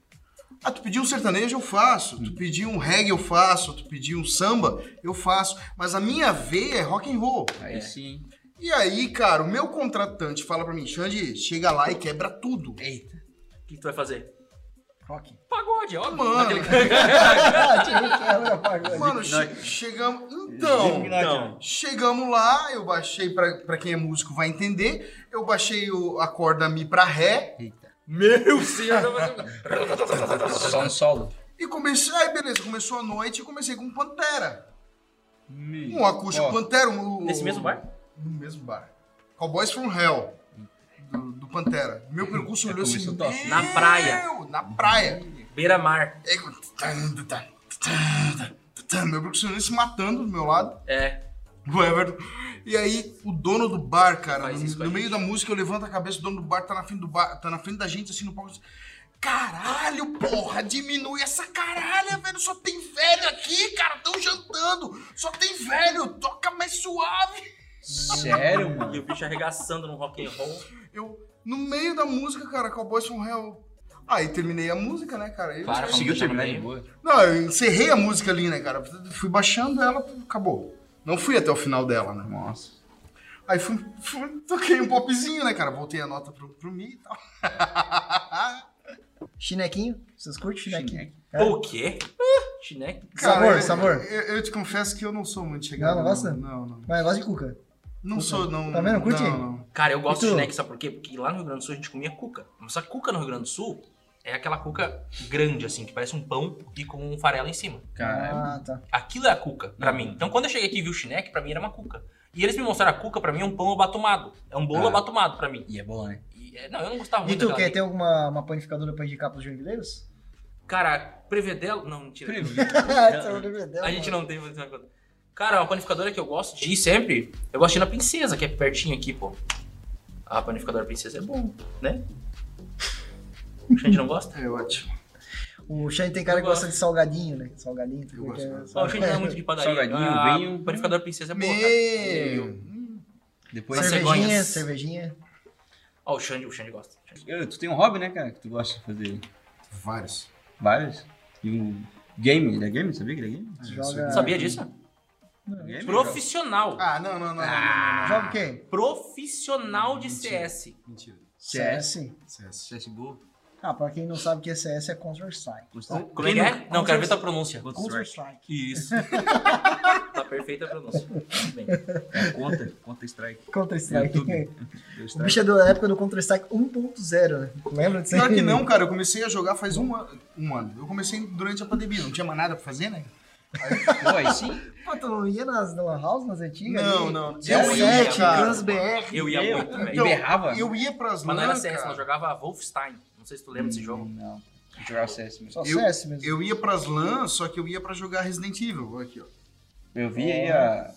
S2: Ah, tu pediu um sertanejo, eu faço. Tu pediu um reggae, eu faço. Tu pediu um samba, eu faço. Mas a minha veia é rock and roll.
S4: Aí sim.
S2: E aí, cara, o meu contratante fala pra mim, Xande, chega lá e quebra tudo.
S3: Eita. O que tu vai fazer?
S1: Rock.
S3: Pagode, óbvio.
S2: Mano.
S1: Ah, tirei que era uma coisa.
S2: Mano, che- chegamos... Então...
S3: então.
S2: Chegamos lá, eu baixei, pra, pra quem é músico vai entender, eu baixei o, a corda Mi pra Ré
S3: Meu senhor.
S4: é.
S3: um-
S4: Só no solo.
S2: e comecei, aí beleza, começou a noite e comecei com Pantera. Um acústico
S4: Ó.
S2: Pantera. Um,
S3: Nesse mesmo bar?
S2: No mesmo bar. Cowboys from Hell, do, do Pantera. Meu percurso olhou assim,
S4: começou top.
S2: "Meu,
S3: Na praia."
S2: Na praia.
S3: Beira-mar.
S2: Aí, tum, tum, tum, tum, tum, tum, Meu percussionista se matando do meu lado.
S3: É.
S2: O Everton. E aí, o dono do bar, cara,
S3: Faz
S2: no,
S3: isso com a
S2: no meio
S3: gente.
S2: da música, eu levanto a cabeça, o dono do bar tá na frente do bar, tá na frente da gente, assim, no palco. assim, Caralho, porra, diminui essa caralha, velho. Só tem velho aqui, cara. Tão jantando. Só tem velho. Toca mais suave.
S4: Sério, mano?
S3: E o bicho arregaçando no rock and roll.
S2: Eu, no meio da música, cara, Cowboys from Hell. Aí terminei a música, né, cara? Eu-
S3: Para,
S4: Conseguiu
S3: Vamos
S4: terminar
S3: deixar
S4: de boa?
S2: Não, eu encerrei a música ali, né, cara? Fui baixando ela, acabou. Não fui até o final dela, né?
S4: Nossa.
S2: Aí fui, fui- toquei um popzinho, né, cara? Voltei a nota pro, pro Mi e tal.
S1: Chinequinho? Vocês curtem chinequinho?
S4: Chineque.
S1: É.
S3: O quê? Ah, Chineque.
S1: Sabor,
S2: eu-
S1: sabor.
S2: Eu, eu te confesso que eu não sou muito chegado.
S1: Não, não gosta?
S2: Não, não.
S1: Mas eu gosto de cuca.
S2: Não sou, não.
S1: Tá vendo? Curte?
S2: Não, não.
S3: Cara, eu gosto
S1: E
S3: de
S1: tu?
S3: snack, sabe por quê? Porque lá no Rio Grande do Sul a gente comia cuca. Só que cuca no Rio Grande do Sul é aquela cuca grande, assim, que parece um pão e com um farelo em cima.
S4: Caralho.
S1: Ah, tá.
S3: Aquilo é a cuca, pra mim.
S1: Uhum.
S3: Então quando eu cheguei aqui e vi o chineque, pra mim era uma cuca. E eles me mostraram a cuca, pra mim é um pão abatumado. É um bolo
S4: Ah.
S3: abatumado pra mim.
S4: E é bom, né?
S3: E, é, não, eu não gostava
S1: E
S3: muito
S1: tu,
S3: daquela
S1: quer
S3: ali.
S1: ter alguma uma panificadora pra indicar pros joinvileiros? um
S3: Cara, prevedelo... Não, mentira.
S2: É,
S3: A gente não tem... Cara, uma panificadora que eu gosto de ir sempre, eu gosto de ir na Princesa, que é pertinho aqui, pô. A panificadora Princesa é bom, né? A gente não gosta?
S2: É ótimo.
S1: O Shane tem cara que
S3: Eu gosto.
S1: gosta de salgadinho, né? Salgadinho.
S2: Eu
S1: porque
S2: gosto.
S1: é-
S3: Ó, o Xande não é muito de padaria.
S4: Salgadinho,
S3: Ah,
S4: vinho.
S3: Panificador Princesa é boa, cara.
S2: Meu.
S4: Depois.
S3: Mas
S1: Cervejinha,
S3: cegonhas.
S1: cervejinha.
S3: Ó, o Xande, o Xande gosta. O Xande.
S4: Eu- tu tem um hobby, né, cara? Que tu gosta de fazer
S2: Vários.
S4: vários. E um game. Ele é game? Sabia que ele é game?
S1: Joga.
S3: Sabia disso? é
S4: Game, né,
S3: Profissional.
S2: Ah, não, não, não. não, não,
S1: Joga o quê?
S3: Profissional de CS.
S2: não. Mentira.
S4: CS.
S2: CS.
S4: CSGO.
S1: Ah, pra quem não sabe o que é CS, é Counter-Strike.
S3: Como é que é? Não, quero ver tua pronúncia.
S4: Counter-Strike.
S1: Counter-Strike.
S3: Isso. tá perfeita a pronúncia. Muito bem.
S4: É conta. Conta strike. YouTube.
S1: Counter-Strike.
S4: Deu
S1: O
S4: strike.
S1: bicho é da época do Counter-Strike 1.0, né? Lembra disso aí?
S2: Pior que não, cara. Eu comecei a jogar faz um ano. Um ano. Eu comecei durante a pandemia. Não tinha mais nada pra fazer, né?
S4: Pô, aí sim.
S1: Pô, tu não ia nas na Lan House, nas antigas?
S2: Não,
S1: ali?
S2: não. Eu ia,
S1: 17,
S2: cara.
S1: Guns BR.
S3: Eu ia muito também.
S4: Então, berrava?
S2: Eu ia pras
S3: Mas não era CS,
S2: cara.
S3: nós jogava Wolfenstein. Não sei se tu lembra
S4: Hum.
S3: desse jogo.
S4: Não. Jogar o CS mesmo.
S1: Só
S2: Eu-
S1: CS mesmo.
S2: Eu ia pras LAN, só que eu ia pra jogar Resident Evil. Aqui, ó.
S4: Eu vi aí a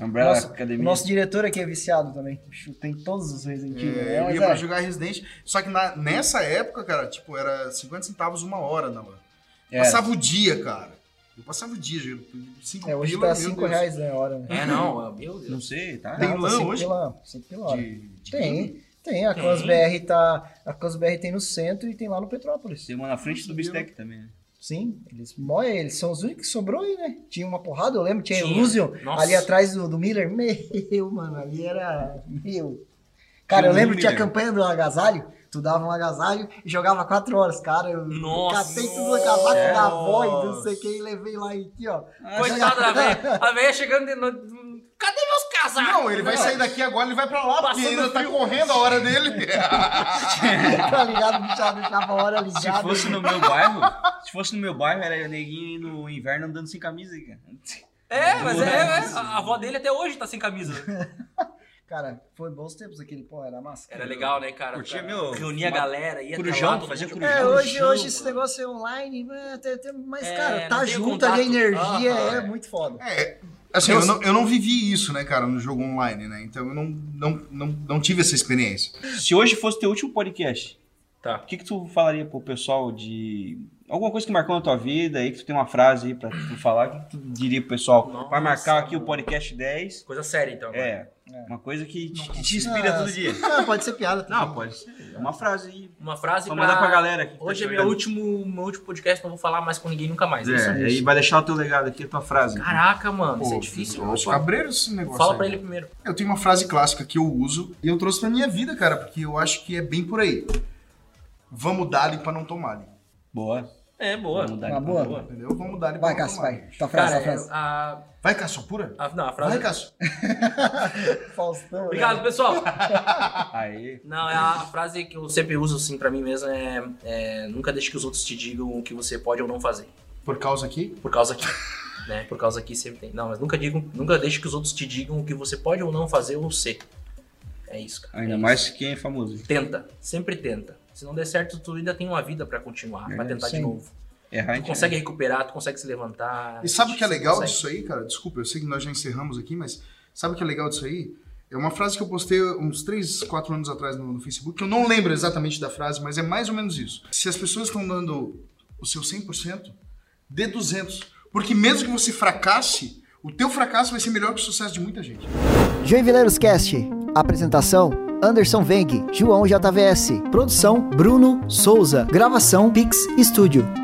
S4: Umbrella
S1: É. Nossa,
S4: Academia.
S1: O nosso diretor aqui é viciado também. Bicho, Tem todos os Resident Evil.
S2: É,
S1: né?
S2: eu
S1: Mas
S2: ia
S1: é,
S2: pra jogar Resident. Só que na- nessa época, cara, tipo, era 50 centavos uma hora, não.
S4: É.
S2: Passava o dia, cara. Eu passava o dia, jogando. 5
S1: é, hoje
S2: pila,
S1: tá
S2: meu
S1: 5
S2: Deus.
S1: reais né, a hora, né?
S3: É, não, ah, meu
S4: Não
S3: Deus.
S4: sei, tá?
S2: Tem
S1: Tá, tá
S2: LAN
S1: cinco
S2: hoje?
S1: Pila, 5 pila a hora.
S2: De, de-
S1: Tem, tem. A
S3: Tem.
S1: Cos BR tá. A Cos BR tem no centro e tem lá no Petrópolis.
S4: Tem uma na frente do Bistec também, né?
S1: Sim, eles morrem, eles são os únicos que sobrou aí, né? Tinha uma porrada, eu lembro, tinha,
S3: Tinha.
S1: Illusion
S3: Nossa.
S1: ali atrás do, do Miller. Meu, mano, ali era. Meu. Cara,
S4: Tinha
S1: eu
S4: um
S1: lembro que tinha a
S4: Miller.
S1: campanha do agasalho. Tu dava um agasalho e jogava quatro horas, cara. Eu
S3: Nossa.
S1: catei tudo os casacos da avó e não
S2: Nossa.
S1: sei quem, levei lá e aqui, ó.
S3: Coitada da velha. A velha chegando de noite. Cadê meus casacos?
S2: Não, ele vai sair daqui agora, ele vai pra lá, porque
S3: Passando
S2: ainda tá correndo a hora dele.
S1: tá ligado? Deixava, deixava a hora
S4: Se
S1: ligada.
S4: fosse no meu bairro, se fosse no meu bairro, era o neguinho no inverno andando sem camisa, cara.
S3: É, mas é, é. A a avó dele até hoje tá sem camisa.
S1: Cara, foi bons tempos aquele, pô, era massa.
S3: Era legal, né, cara?
S4: Curtia,
S3: Cara,
S4: meu,
S3: Reunia a
S4: uma-
S3: galera, ia
S4: Corujão,
S3: até lá, todo
S4: fazia
S3: mundo-
S4: corujão.
S1: É,
S4: no
S1: hoje,
S4: chão,
S1: hoje esse
S4: mano.
S1: negócio é online, mas, até- até- mas
S3: É,
S1: cara,
S3: não
S1: tá
S3: tem o
S1: junto ali a
S3: contato.
S1: energia,
S3: Aham,
S1: é
S3: é.
S1: muito foda.
S2: Assim, eu não, eu não vivi isso, né, cara, no jogo online, né? Então eu não, não, não, não tive essa experiência.
S4: Se hoje fosse teu último podcast,
S3: Tá.
S4: o que, que tu falaria pro pessoal de Alguma coisa que marcou na tua vida aí, que tu tem uma frase aí pra tu falar, que tu diria pro pessoal. vai
S3: Nossa,
S4: marcar aqui o
S3: mano.
S4: podcast 10.
S3: Coisa séria, então. agora.
S4: É, uma coisa que te, que te inspira todo dia.
S1: Ah, pode ser piada. também.
S4: Não, pode ser. Uma frase aí.
S3: Uma frase
S4: Vou mandar pra galera aqui. que tá
S3: Hoje é
S4: te
S3: meu
S4: olhando.
S3: último, meu último podcast, não vou falar mais com ninguém nunca mais. É, isso?
S4: É, aí vai deixar o teu legado aqui, a tua frase.
S3: Caraca, mano, isso é
S2: Pô,
S3: difícil.
S2: os
S3: opa.
S2: cabreiros esse negócio.
S3: Fala
S2: aí,
S3: pra
S2: né?
S3: ele primeiro.
S2: Eu tenho uma frase clássica que eu uso e eu trouxe pra minha vida, cara, porque eu acho que é bem por aí. Vamos dar-lhe pra não tomar-lhe.
S4: Boa.
S3: É, boa.
S4: Vamos dar
S5: Uma
S4: ali,
S5: boa.
S4: boa.
S2: Entendeu? Vamos
S4: é
S2: dar-lhe pra
S5: Vai,
S2: não
S5: Cássio,
S2: tomar-lhe.
S5: vai. Tua frase,
S3: Cara, é,
S5: tua frase.
S3: a,
S2: Vai, Cássio, pura?
S3: a- não, a frase. é-
S2: Vai, Cássio.
S5: Faustão. né?
S3: Obrigado, pessoal.
S4: Aí.
S3: Não, é a frase que eu sempre uso, assim, pra mim mesmo é, é, Nunca deixe que os outros te digam o que você pode ou não fazer.
S2: Por causa aqui?
S3: Por causa que... Né? Por causa que sempre tem. Não, mas nunca digo, nunca deixe que os outros te digam o que você pode ou não fazer ou ser. É isso, cara.
S4: Ainda
S3: É
S4: mais quem é famoso.
S3: isso. Tenta, sempre tenta. Se não der certo, tu ainda tem uma vida pra continuar, pra
S4: Verdade,
S3: tentar de
S5: sim.
S3: novo.
S4: Errar, a
S3: Tu
S4: gente
S3: consegue recuperar, tu consegue se levantar.
S2: E sabe o que é
S3: tu
S2: legal
S3: consegue.
S2: disso aí, cara? Desculpa, eu sei que nós já encerramos aqui, mas sabe o que é legal disso aí? É uma frase que eu postei uns 3, 4 anos atrás no, no Facebook, que eu não lembro exatamente da frase, mas é mais ou menos isso. Se as pessoas estão dando o seu 100%, dê 200. Porque mesmo que você fracasse, o teu fracasso vai ser melhor que o sucesso de muita gente.
S1: Joinvileiros Cast. Apresentação: Anderson Veng, João JVS. Produção: Bruno Souza. Gravação: Pix Estúdio.